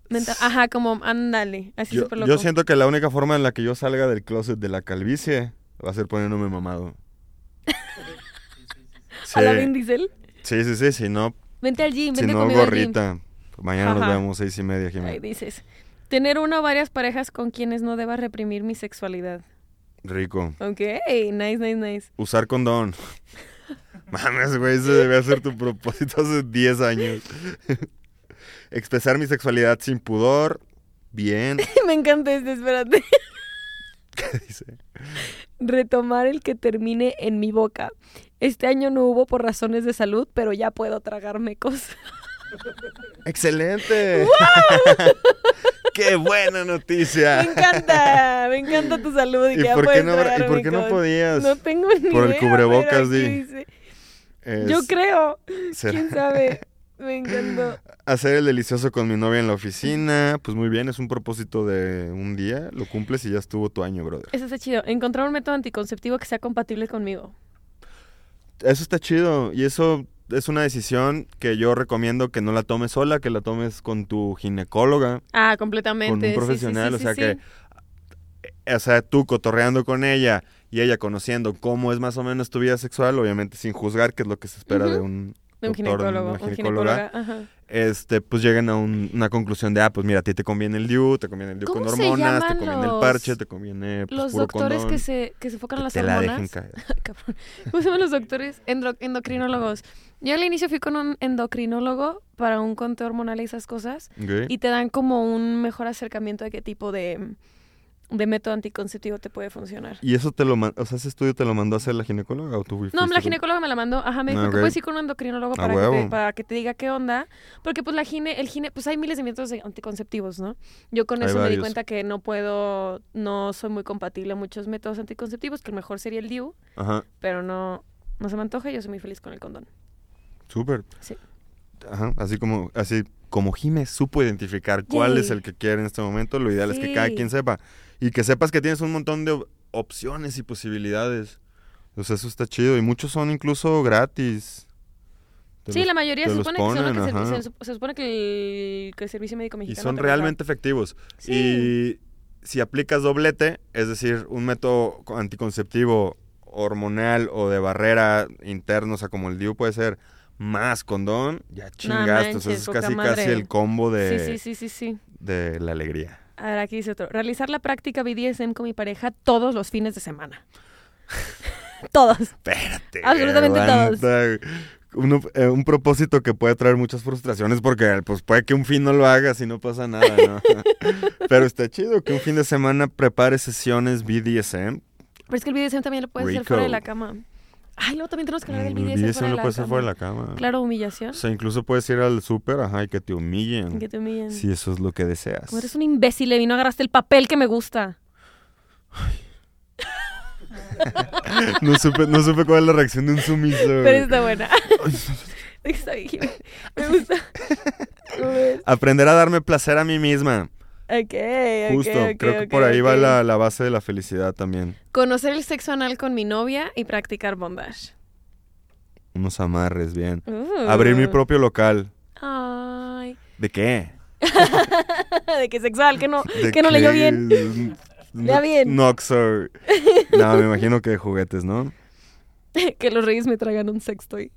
S1: Mental- ajá, como, ándale, así
S3: Yo,
S1: súper
S3: yo
S1: loco.
S3: siento que la única forma en la que yo salga del closet de la calvicie va a ser
S1: *laughs*
S3: poniéndome mamado. Sí,
S1: A la Vin Diesel.
S3: sí, sí, sí, si no,
S1: Vente al gym,
S3: si
S1: vente
S3: no
S1: conmigo al gym.
S3: gorrita. Mañana nos
S1: Ajá.
S3: vemos seis y media, Jimena.
S1: Ahí dices. Tener una o varias parejas con quienes no deba reprimir mi sexualidad.
S3: Rico.
S1: Ok, nice, nice, nice. *laughs*
S3: Usar condón. *laughs* Mames, güey, ese debe ser tu propósito hace 10 años. *laughs* Expresar mi sexualidad sin pudor. Bien. *laughs*
S1: Me encanta este, espérate. *laughs*
S3: ¿Qué dice?
S1: Retomar el que termine en mi boca. Este año no hubo por razones de salud, pero ya puedo tragarme cosas. *laughs*
S3: ¡Excelente! *laughs* ¡Qué
S1: Me
S3: buena noticia!
S1: encanta, me encanta tu salud. Y,
S3: ¿Y
S1: que ya
S3: por, qué
S1: puedes
S3: no, habrá- ¿y
S1: tragarme
S3: por qué no
S1: cosas.
S3: podías?
S1: No tengo ni
S3: Por el
S1: idea,
S3: cubrebocas,
S1: pero aquí
S3: di.
S1: dice.
S3: Es-
S1: Yo creo,
S3: será-
S1: quién
S3: *laughs*
S1: sabe. Me encantó.
S3: Hacer el delicioso con mi novia en la oficina. Pues muy bien, es un propósito de un día. Lo cumples y ya estuvo tu año, brother.
S1: Eso está chido. Encontrar un método anticonceptivo que sea compatible conmigo.
S3: Eso está chido. Y eso es una decisión que yo recomiendo que no la tomes sola, que la tomes con tu ginecóloga,
S1: Ah, completamente.
S3: con un
S1: Sí, sí, sí,
S3: profesional.
S1: sí,
S3: o sea
S1: sí.
S3: que. O sea, tú cotorreando con ella y ella conociendo cómo es más o menos tu vida sexual, obviamente sin juzgar, que es lo que se espera de
S1: Ujú.
S3: un.
S1: De un
S3: doctor,
S1: ginecólogo,
S3: una
S1: un
S3: ginecóloga.
S1: ginecóloga. ajá.
S3: este, pues llegan a un- una conclusión de, ah, pues mira, a ti te conviene el DIU, te conviene el DIU con
S1: ¿Cómo se
S3: hormonas, te
S1: llaman
S3: conviene el
S1: los-
S3: parche, te conviene pues,
S1: Los
S3: puro
S1: doctores
S3: condón,
S1: que se, que se enfocan en
S3: que
S1: las
S3: te la dejen
S1: hormonas.
S3: caer.
S1: *laughs* Cabrón. ¿Cómo se llaman los doctores? Endro- endocrinólogos. Yo al inicio fui con un endocrinólogo para un conteo hormonal y esas cosas.
S3: Ok.
S1: Y te dan como un mejor acercamiento de qué tipo de, de método anticonceptivo te puede funcionar.
S3: Y eso te lo man- o sea, ese estudio te lo mandó a hacer la ginecóloga o tú fui-
S1: No,
S3: fuiste
S1: la
S3: tú?
S1: ginecóloga me la mandó. Ajá, me dijo
S3: Ah,
S1: que
S3: ok.
S1: puedes ir con un endocrinólogo
S3: A
S1: para, que te,
S3: huevo.
S1: para que te diga qué onda. Porque pues la gine, el gine, pues hay miles de métodos de anticonceptivos, ¿no? Yo con
S3: Hay
S1: eso me di
S3: varios.
S1: cuenta que no puedo, no soy muy compatible a muchos métodos anticonceptivos, que el mejor sería el DIU,
S3: Ajá,
S1: pero no, no se me antoja y yo soy muy feliz con el condón.
S3: súper.
S1: Sí.
S3: Ajá, así como, así como Jime supo identificar cuál
S1: Yay.
S3: es el que quiere en este momento, lo ideal es que cada
S1: Sí.
S3: quien sepa. Y que sepas que tienes un montón de op- opciones y posibilidades. O sea, eso está chido. Y muchos son incluso gratis. Te
S1: Sí,
S3: los-
S1: la mayoría
S3: te
S1: se
S3: los
S1: supone, que son los
S3: ponen,
S1: que se,
S3: ajá.
S1: se sup- se supone que el, que el servicio médico
S3: Y
S1: mexicano.
S3: son
S1: te los da.
S3: realmente efectivos.
S1: Sí.
S3: Y si aplicas doblete, es decir, un método co- anticonceptivo hormonal o de barrera interno, o sea, como el DIU puede ser, más condón, ya chingaste. o sea,
S1: manches,
S3: es
S1: poca
S3: casi,
S1: madre.
S3: casi el combo de,
S1: Sí, sí, sí, sí, sí.
S3: de la alegría.
S1: A ver, aquí dice otro. Realizar la práctica BDSM con mi pareja todos los fines de semana. *laughs* todos.
S3: Espérate.
S1: Absolutamente
S3: aguanta.
S1: todos.
S3: Uno- eh, un propósito que puede traer muchas frustraciones porque pues puede que un fin no lo hagas y no pasa nada,
S1: *laughs*
S3: ¿no? Pero está chido que un fin de semana prepare sesiones BDSM
S1: Pero es que el BDSM también lo puedes hacer fuera de la
S3: Rico. Mm,
S1: cama. Ay, luego también tenemos que hablar del
S3: El
S1: BDSM,
S3: BDSM
S1: fuera, de
S3: lo
S1: la
S3: puedes hacer
S1: cama.
S3: fuera de la cama.
S1: Claro,
S3: O
S1: humillación.
S3: sea, incluso puedes ir al súper, ajá, y que te humillen.
S1: Que te humillen.
S3: Si eso es lo que deseas.
S1: Como eres un *laughs* imbécil, Levi, no agarraste el papel que me gusta.
S3: *laughs* no, supe, no supe cuál es la reacción de un sumiso.
S1: Pero
S3: güey.
S1: está
S3: *laughs*
S1: buena. *laughs* Está bien, Jimena. me gusta. Ok,
S3: Aprender a darme placer a mí misma.
S1: ok,
S3: Justo,
S1: ok,
S3: creo que
S1: ok,
S3: por ahí va
S1: ok.
S3: la, la base de la felicidad también.
S1: Conocer el sexo anal con mi novia y practicar bondage.
S3: Unos amarres, bien.
S1: Uh.
S3: Abrir mi propio local.
S1: Ay. *laughs*
S3: ¿De qué?
S1: De que sexual, que no,
S3: ¿De
S1: que no
S3: qué?
S1: leyó
S3: *laughs*
S1: bien. *laughs*
S3: Un-
S1: Lea bien. *laughs*
S3: Noxor. No, me imagino que de juguetes, ¿no?
S1: que los reyes me traigan un sextoy.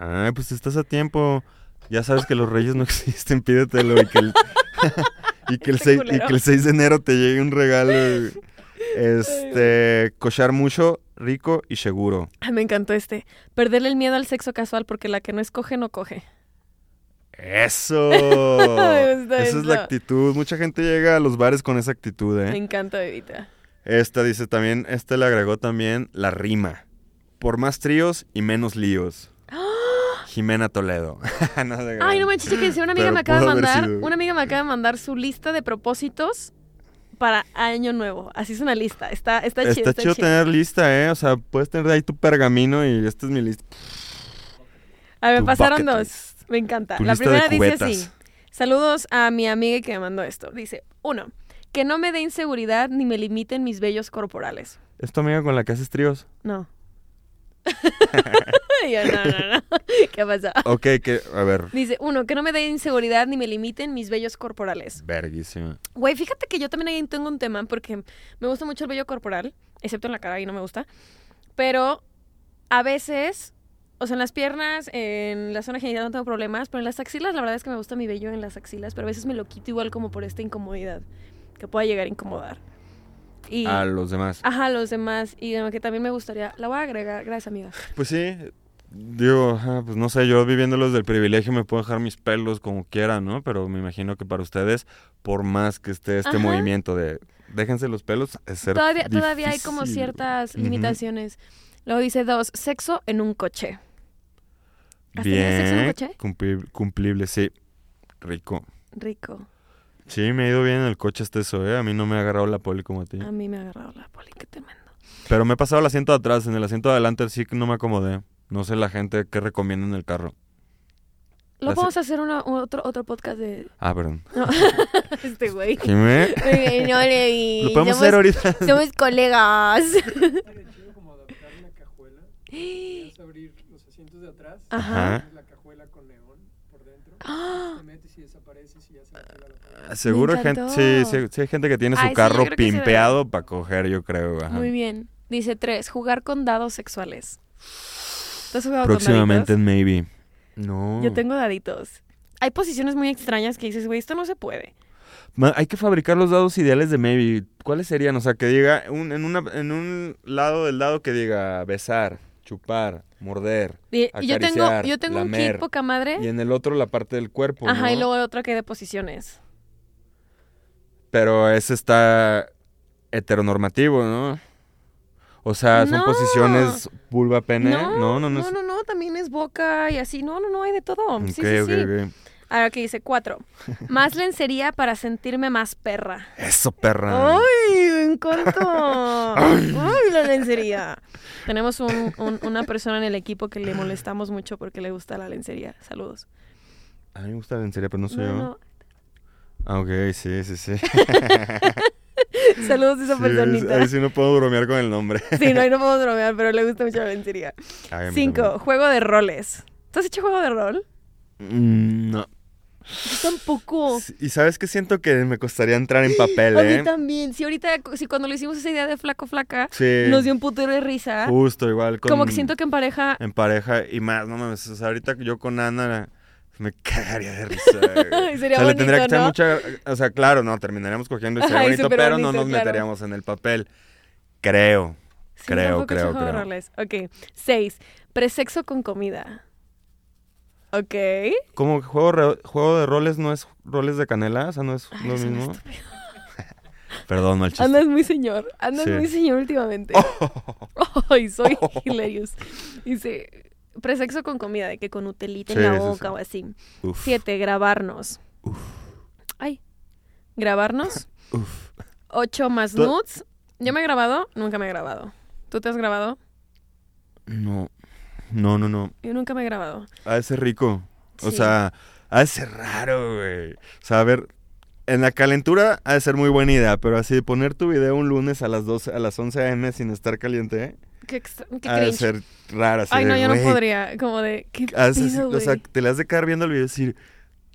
S3: Ay, pues estás a tiempo. Ya sabes que los reyes no *laughs* existen, pídetelo y que el, *laughs* y que el,
S1: Este
S3: 6, y
S1: culero.
S3: que el 6 de enero te llegue un regalo. Este, cochar mucho, rico y seguro.
S1: Ay, me encantó este. Perderle el miedo al sexo casual porque la que no escoge no coge. *laughs*
S3: Eso.
S1: Me gusta
S3: Esa es la
S1: eso.
S3: actitud. Mucha gente llega a los bares con esa actitud,
S1: Me
S3: ¿eh?
S1: encanta, bebita.
S3: Esta dice también, este le agregó también la rima. Por más tríos y menos
S1: *gasps*
S3: líos. Jimena Toledo. *laughs* No sé,
S1: Ay, no manches, que si una amiga
S3: Pero
S1: me acaba de
S3: pudo haber
S1: mandar,
S3: sido.
S1: una amiga me acaba de mandar su lista de propósitos para año nuevo. Así es una lista. Está, está,
S3: Está,
S1: chida, está
S3: chido
S1: chida.
S3: tener lista, ¿eh? O sea, puedes tener ahí tu pergamino y esta es mi lista.
S1: A ver,
S3: tu
S1: pasaron
S3: bucket
S1: dos. Me encanta.
S3: Tu
S1: La
S3: lista de
S1: primera dice así.
S3: cubetas.
S1: Saludos a mi amiga que me mandó esto. Dice, uno, que no me dé inseguridad ni me limiten mis bellos corporales.
S3: ¿Es tu amiga con la que haces tríos? *laughs*
S1: No. *laughs* Yo, no, no, no. ¿Qué pasó?
S3: Ok, que, a ver,
S1: Dice, uno, que no me dé inseguridad ni me limiten mis bellos corporales.
S3: verguísima.
S1: Güey, fíjate que yo también ahí tengo un tema porque me gusta mucho el vello corporal, excepto en la cara y no me gusta. Pero a veces, o sea, en las piernas, en la zona genital no tengo problemas, pero en las axilas la verdad es que me gusta mi vello en las axilas, pero a veces me lo quito igual como por esta incomodidad que pueda llegar a incomodar. Y
S3: A los demás.
S1: ajá, los demás y lo que también me gustaría, la voy a agregar, gracias amiga.
S3: Pues sí, digo, ajá, pues no sé, yo viviéndolos del privilegio me puedo dejar mis pelos como quiera, ¿no? Pero me imagino que para ustedes, por más que esté este
S1: Ajá.
S3: movimiento de déjense los pelos, es ser
S1: Todavía todavía hay como
S3: difícil.
S1: ciertas
S3: Ujú.
S1: limitaciones. Luego dice dos, sexo en un coche. ¿Has tenido sexo en un
S3: Bien,
S1: coche?
S3: cumpli- cumplible, sí, rico.
S1: Rico.
S3: Sí, me ha ido bien en el coche hasta eso, ¿eh? A mí no me ha agarrado la poli como a ti.
S1: A mí me ha agarrado la poli, qué tremendo.
S3: Pero me he pasado el asiento de atrás, en el asiento de adelante sí que no me acomodé. No sé la gente que recomienda en el carro.
S1: Lo
S3: La se-
S1: podemos hacer una- otro, otro podcast
S3: *laughs*
S1: de
S3: Ah, perdón.
S1: este *laughs* güey.
S3: Jimé,
S1: no, le-
S3: lo podemos
S1: somos,
S3: hacer ahorita. *laughs*
S1: somos
S4: *laughs*
S1: colegas.
S4: Estaría chido como adaptar una
S1: *gasps*
S4: cajuela. Puedes abrir los asientos de atrás.
S1: Ajá. ¡Ah!
S4: pones La cajuela con neón por dentro. Te metes y desapareces y ya se la pega la pared.
S3: Seguro
S1: Me
S3: gente,
S1: encantó.
S3: sí, sí, sí hay gente que tiene su
S1: Ay, sí, yo
S3: carro
S1: creo que sí debería.
S3: pimpeado para coger, yo creo. ajá.
S1: Muy bien. Dice tres, jugar con dados sexuales. ¿Tú has jugado con
S3: Próximamente
S1: daditos?
S3: en Maybe. No.
S1: Yo tengo daditos. Hay posiciones muy extrañas que dices, güey, esto no se puede.
S3: Ma- hay que fabricar los dados ideales de Maybe. ¿Cuáles serían? O sea, que diga un- en, una, en un lado del dado que diga besar, chupar, morder.
S1: Y, y yo tengo,
S3: Acariciar,
S1: yo tengo un kit
S3: lamer,
S1: poca madre.
S3: Y en el otro la parte del cuerpo.
S1: ¿Eh? Ajá, y
S3: ¿no?
S1: luego otra que de posiciones.
S3: Pero ese está heteronormativo, ¿no? O sea, son
S1: No.
S3: posiciones vulva pene. No, no, no.
S1: no,
S3: es-
S1: no, no, también es boca y así. No, no, no, hay de todo. sí,
S3: Ok,
S1: sí,
S3: ok,
S1: sí.
S3: ok.
S1: Ahora que dice
S3: *laughs*
S1: cuatro. Más lencería para sentirme más perra.
S3: Eso, perra.
S1: ¡Ay, me
S3: *laughs*
S1: encantó! ¡Ay, la lencería! Tenemos un- un- una persona en el equipo que le molestamos mucho porque le gusta la lencería. Saludos.
S3: A mí me gusta la lencería, pero no soy
S1: No,
S3: yo.
S1: no. *laughs*
S3: Ah, ok, sí, sí, sí.
S1: Saludos a esa
S3: Sí,
S1: personita.
S3: Ahí sí no puedo bromear con el nombre. *laughs*
S1: Sí, no, ahí no podemos bromear, pero le gusta mucho la lencería.
S3: Ay, a mí
S1: Cinco,
S3: también.
S1: juego de roles. ¿Tú has hecho juego de rol?
S3: Mm, No.
S1: Yo tampoco.
S3: Sí, Y sabes que siento que me costaría entrar en papel,
S1: A mí
S3: ¿eh?
S1: también. Sí, Oh. *gasps* ahorita, si cuando le hicimos esa idea de flaco flaca,
S3: Sí.
S1: nos dio un putero de risa.
S3: Justo, igual. Con...
S1: Como que siento que en pareja
S3: En pareja y más, no mames. O sea, ahorita yo con Ana me cagaría de risa.
S1: *laughs*
S3: güey.
S1: Sería
S3: o sea, le
S1: bonito,
S3: tendría que echar
S1: ¿no?
S3: mucha. O sea, claro, no, terminaríamos cogiendo y sería
S1: Ay,
S3: bonito,
S1: súper
S3: pero no
S1: bonito,
S3: nos
S1: claro.
S3: meteríamos en el papel. Creo.
S1: Sí,
S3: Creo,
S1: tampoco he
S3: creo,
S1: hecho juego de
S3: creo.
S1: roles. Ok. Seis. Presexo con comida. Ok.
S3: Como juego, re- juego de roles no es roles de canela, o sea, no es
S1: Ay,
S3: lo
S1: eres un
S3: mismo.
S1: estúpido.
S3: *laughs* Perdón, mal chiste.
S1: Andas muy señor. Andas
S3: Sí. Oh.
S1: muy señor últimamente. Ay, soy hilarious. Dice, presexo con comida, de que con utelita en
S3: Sí,
S1: la
S3: sí,
S1: boca
S3: sí.
S1: o así.
S3: *laughs* Uf,
S1: Siete, grabarnos. Ay. ¿Grabarnos?
S3: uf.
S1: Ocho más
S3: Tú-
S1: nudes. ¿Yo me he grabado? Nunca me he grabado. ¿Tú te has grabado?
S3: No. No, no, no.
S1: Yo nunca me he grabado.
S3: Ha de ser rico. O
S1: Sí.
S3: sea, ha de ser raro, güey. O sea, a ver, en la calentura ha de ser muy buena idea, pero así poner tu video un lunes a las 12, a las 11 a.m. sin estar caliente,
S1: Qué, extra- qué
S3: ha de
S1: cringe.
S3: ser raro. Así
S1: Ay,
S3: de,
S1: no, yo no
S3: güey,
S1: podría. Como de, ¿qué
S3: has de-
S1: pedo,
S3: o sea,
S1: güey?
S3: te le has de quedar viendo el video y decir,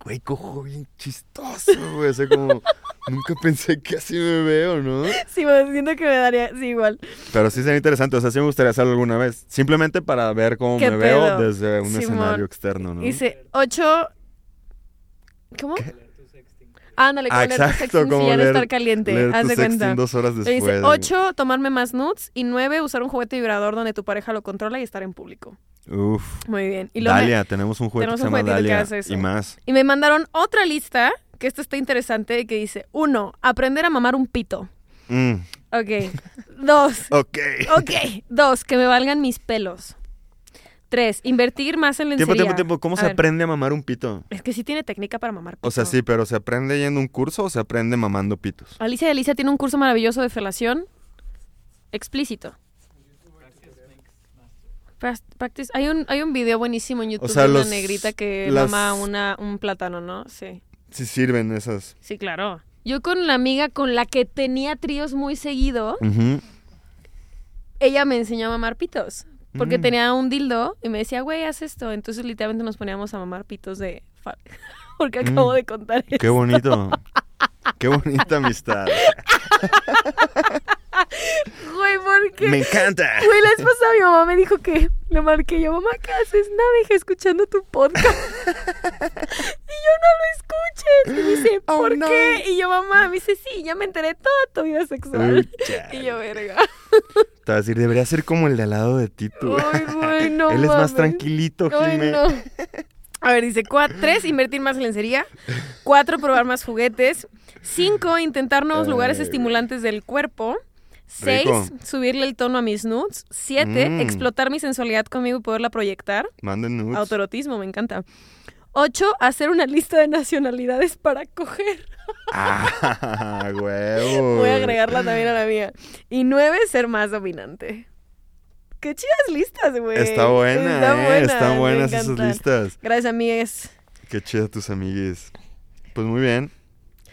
S3: güey, cojo bien chistoso, güey. O sea, como, *laughs* nunca pensé que así me veo, ¿no?
S1: Sí, bueno, siento que me daría, sí, igual.
S3: Pero sí sería interesante, o sea, sí me gustaría hacerlo alguna vez. Simplemente para ver cómo
S1: ¿Qué
S3: me
S1: pedo?
S3: veo desde un
S1: Simón.
S3: escenario externo, ¿no?
S1: Dice, ocho... ¿Cómo?
S4: Leer tu sexting.
S1: Ándale, como
S3: Ah,
S1: leer tu
S3: exacto,
S1: sexting si
S3: como
S1: ya no
S3: leer-
S1: estar caliente.
S3: Leer
S1: haz
S3: tu
S1: de
S3: sexting
S1: cuenta.
S3: dos horas
S1: Le
S3: después.
S1: dice,
S3: güey.
S1: 8, tomarme más nudes. Y 9, usar un juguete vibrador donde tu pareja lo controla y estar en público.
S3: Uf.
S1: Muy bien. Y, luego me-
S3: Dalia, tenemos un juguete que
S1: tenemos un
S3: se llama
S1: juguetito que
S3: Dalia
S1: hace eso.
S3: y más.
S1: y me mandaron otra lista, que esta está interesante, que dice, 1, aprender a mamar un pito.
S3: Mm, *laughs*
S1: Ok. 2,
S3: ok.
S1: ok. 2, que me valgan mis pelos. 3, invertir más en lencería.
S3: Tiempo, tiempo, tiempo. ¿Cómo
S1: A
S3: se
S1: ver,
S3: aprende a mamar un pito?
S1: Es que sí tiene técnica para mamar pito.
S3: O sea, sí, pero ¿se aprende yendo a un curso o se aprende mamando pitos?
S1: Alicia de Alicia tiene un curso maravilloso de felación explícito. Prac- Practice. Hay un, hay un video buenísimo en YouTube
S3: sea,
S1: de una
S3: los-
S1: negrita que
S3: las-
S1: mama una, un plátano, ¿no? Sí,
S3: Sí sirven esas.
S1: sí, claro. Yo con la amiga con la que tenía tríos muy seguido,
S3: Ujú.
S1: ella me enseñó a mamar pitos. Porque
S3: Mm.
S1: tenía un dildo y me decía, güey, haz esto. Entonces literalmente nos poníamos a mamar pitos de... fa- *laughs* Porque
S3: Mm.
S1: acabo de contar
S3: Qué
S1: esto.
S3: bonito.
S1: *laughs*
S3: Qué bonita amistad.
S1: Güey, ¿por qué?
S3: Me encanta.
S1: Güey, la esposa de mi mamá me dijo que le marqué yo, mamá, ¿qué haces? Nada, hija, escuchando tu podcast. *laughs* y yo no lo escuches. Y me dice,
S3: Oh,
S1: ¿por
S3: no.
S1: qué? Y yo, mamá, me dice, sí, ya me enteré de toda tu vida
S3: Uy,
S1: sexual. *laughs* y
S3: chale.
S1: yo, verga.
S3: Te voy a decir, debería ser como el de al lado de ti, tú.
S1: Ay,
S3: *laughs*
S1: güey, no
S3: Él es
S1: mames.
S3: más tranquilito,
S1: Ay,
S3: Jimé.
S1: no. A ver, dice, cua- tres, invertir más en lencería. Cuatro, probar más juguetes. Cinco, intentar nuevos lugares
S3: Ay,
S1: estimulantes del cuerpo. Seis,
S3: Rico.
S1: subirle el tono a mis nudes. Siete,
S3: Mm.
S1: explotar mi sensualidad conmigo y poderla proyectar.
S3: Manden nudes.
S1: Autorotismo, me encanta. Ocho, hacer una lista de nacionalidades para coger.
S3: *laughs* Ah, huevo.
S1: Voy a agregarla también a la mía. Y nueve, ser más dominante. Qué chidas listas, güey.
S3: Está buena,
S1: Está
S3: eh,
S1: buena,
S3: Están
S1: me
S3: buenas esas
S1: encantan.
S3: listas.
S1: Gracias, amigues.
S3: Qué chida tus amigues. Pues muy bien.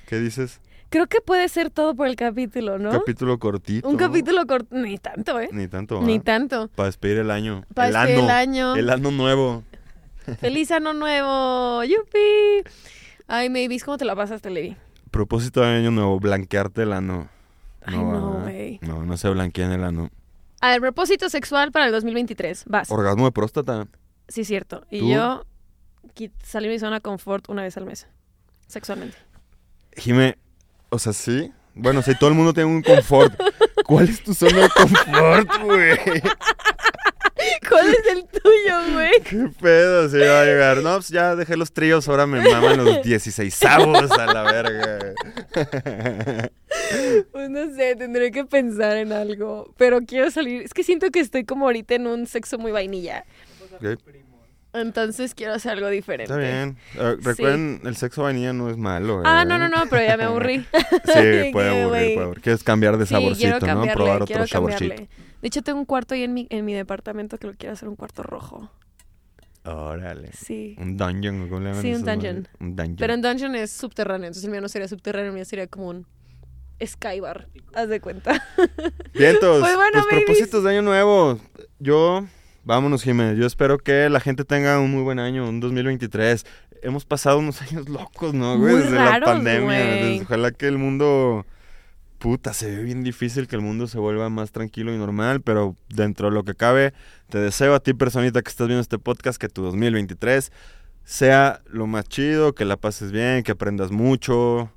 S3: ¿Qué dices?
S1: Creo que puede ser todo por el capítulo, ¿no?
S3: Capítulo cortito.
S1: Un capítulo corto. Ni tanto, ¿eh?
S3: Ni tanto.
S1: Ni
S3: ¿ah?
S1: tanto.
S3: Para despedir el año.
S1: Para
S3: el
S1: despedir
S3: ano.
S1: el año.
S3: El ano nuevo. *laughs*
S1: ¡Feliz año nuevo! ¡Yupi! Ay, Mavis, ¿cómo te la pasaste, Levi?
S3: Propósito de año nuevo, blanquearte el ano.
S1: Ay, no,
S3: ¿verdad?
S1: güey.
S3: No, no se blanquean el ano.
S1: A ver, propósito sexual para el 2023. Vas.
S3: Orgasmo de próstata.
S1: Sí, cierto. Y
S3: ¿Tú?
S1: yo qui- salí de mi zona confort una vez al mes. Sexualmente.
S3: Jime, o sea, sí. Bueno, si todo el mundo tiene un confort. *laughs* ¿Cuál es tu zona de confort, güey?
S1: *laughs* ¿Cuál es el tuyo, güey?
S3: ¿Qué pedo se iba a llegar? No, pues ya dejé los tríos, ahora me maman los 16 a la verga.
S1: *laughs* Pues no sé, tendré que pensar en algo. Pero quiero salir. Es que siento que estoy como ahorita en un sexo muy vainilla.
S3: Ok,
S1: Entonces quiero hacer algo diferente.
S3: Está bien. Eh, recuerden, el sexo vainilla no es malo.
S1: Ah,
S3: ¿eh?
S1: no, no, no, pero
S3: *laughs*
S1: ya me aburrí.
S3: Sí,
S1: *laughs* Qué
S3: puede aburrir,
S1: güey.
S3: puede aburrir. Quieres cambiar de saborcito,
S1: quiero
S3: ¿no?
S1: cambiarle,
S3: Probar
S1: quiero
S3: otro saborcito.
S1: cambiarle. De hecho, tengo un cuarto ahí en mi, en mi departamento que lo quiero hacer un cuarto rojo.
S3: Órale.
S1: Sí.
S3: Un dungeon, ¿o ¿cómo le llaman
S1: Sí, un
S3: esas madres?
S1: dungeon.
S3: Un dungeon.
S1: Pero en dungeon es subterráneo, entonces el mío no sería subterráneo, el mío sería como un skybar. Haz de cuenta. *laughs*
S3: Vientos,
S1: Pues bueno,
S3: los
S1: babies.
S3: propósitos de año nuevo. Yo, vámonos, Jiménez. Yo espero que la gente tenga un muy buen año, un 2023. Hemos pasado unos *laughs* años locos, ¿no, güey?
S1: Muy
S3: Desde la
S1: raros,
S3: pandemia.
S1: güey.
S3: Desde- ojalá que el mundo. Puta, se ve bien difícil que el mundo se vuelva más tranquilo y normal, pero dentro de lo que cabe, te deseo a ti, personita que estás viendo este podcast, que tu 2023 sea lo más chido, que la pases bien, que aprendas mucho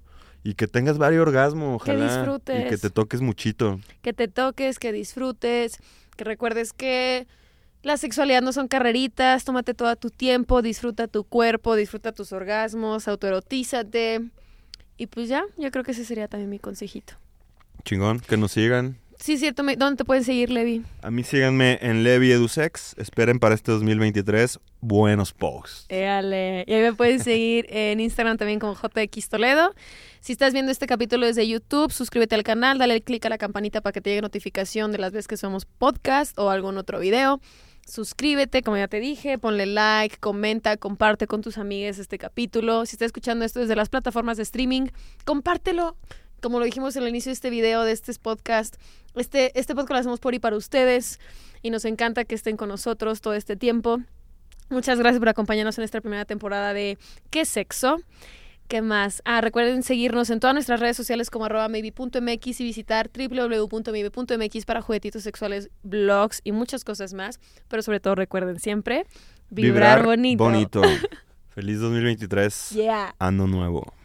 S3: y que tengas varios orgasmos,
S1: Que
S3: ojalá. Y que
S1: disfrutes.
S3: te toques muchito.
S1: Que te toques, que disfrutes, que recuerdes que la sexualidad no son carreritas, tómate todo tu tiempo, disfruta tu cuerpo, disfruta tus orgasmos, autoerotízate. Y pues ya, yo creo que ese sería también mi consejito.
S3: Chingón, que nos sigan.
S1: Sí, cierto. me- ¿Dónde te pueden seguir, Levi?
S3: A mí síganme en Levi Edusex. Esperen para este 2023 buenos posts.
S1: Éale. Y ahí me pueden seguir en Instagram también como JX Toledo. Si estás viendo este capítulo desde YouTube, suscríbete al canal, dale click a la campanita para que te llegue notificación de las veces que somos podcast o algún otro video. Suscríbete, como ya te dije, ponle like, comenta, comparte con tus amigues este capítulo. Si estás escuchando esto desde las plataformas de streaming, compártelo. Como lo dijimos en el inicio de este video, de este podcast, este, este podcast lo hacemos por y para ustedes y nos encanta que estén con nosotros todo este tiempo. Muchas gracias por acompañarnos en esta primera temporada de ¿Qué sexo? ¿Qué más? Ah, recuerden seguirnos en todas nuestras redes sociales como arroba maybe.mx y visitar www.maybe.mx para juguetitos sexuales, blogs y muchas cosas más. Pero sobre todo recuerden siempre vibrar, bonito. *laughs*
S3: Bonito. Feliz 2023.
S1: Yeah.
S3: Ano nuevo.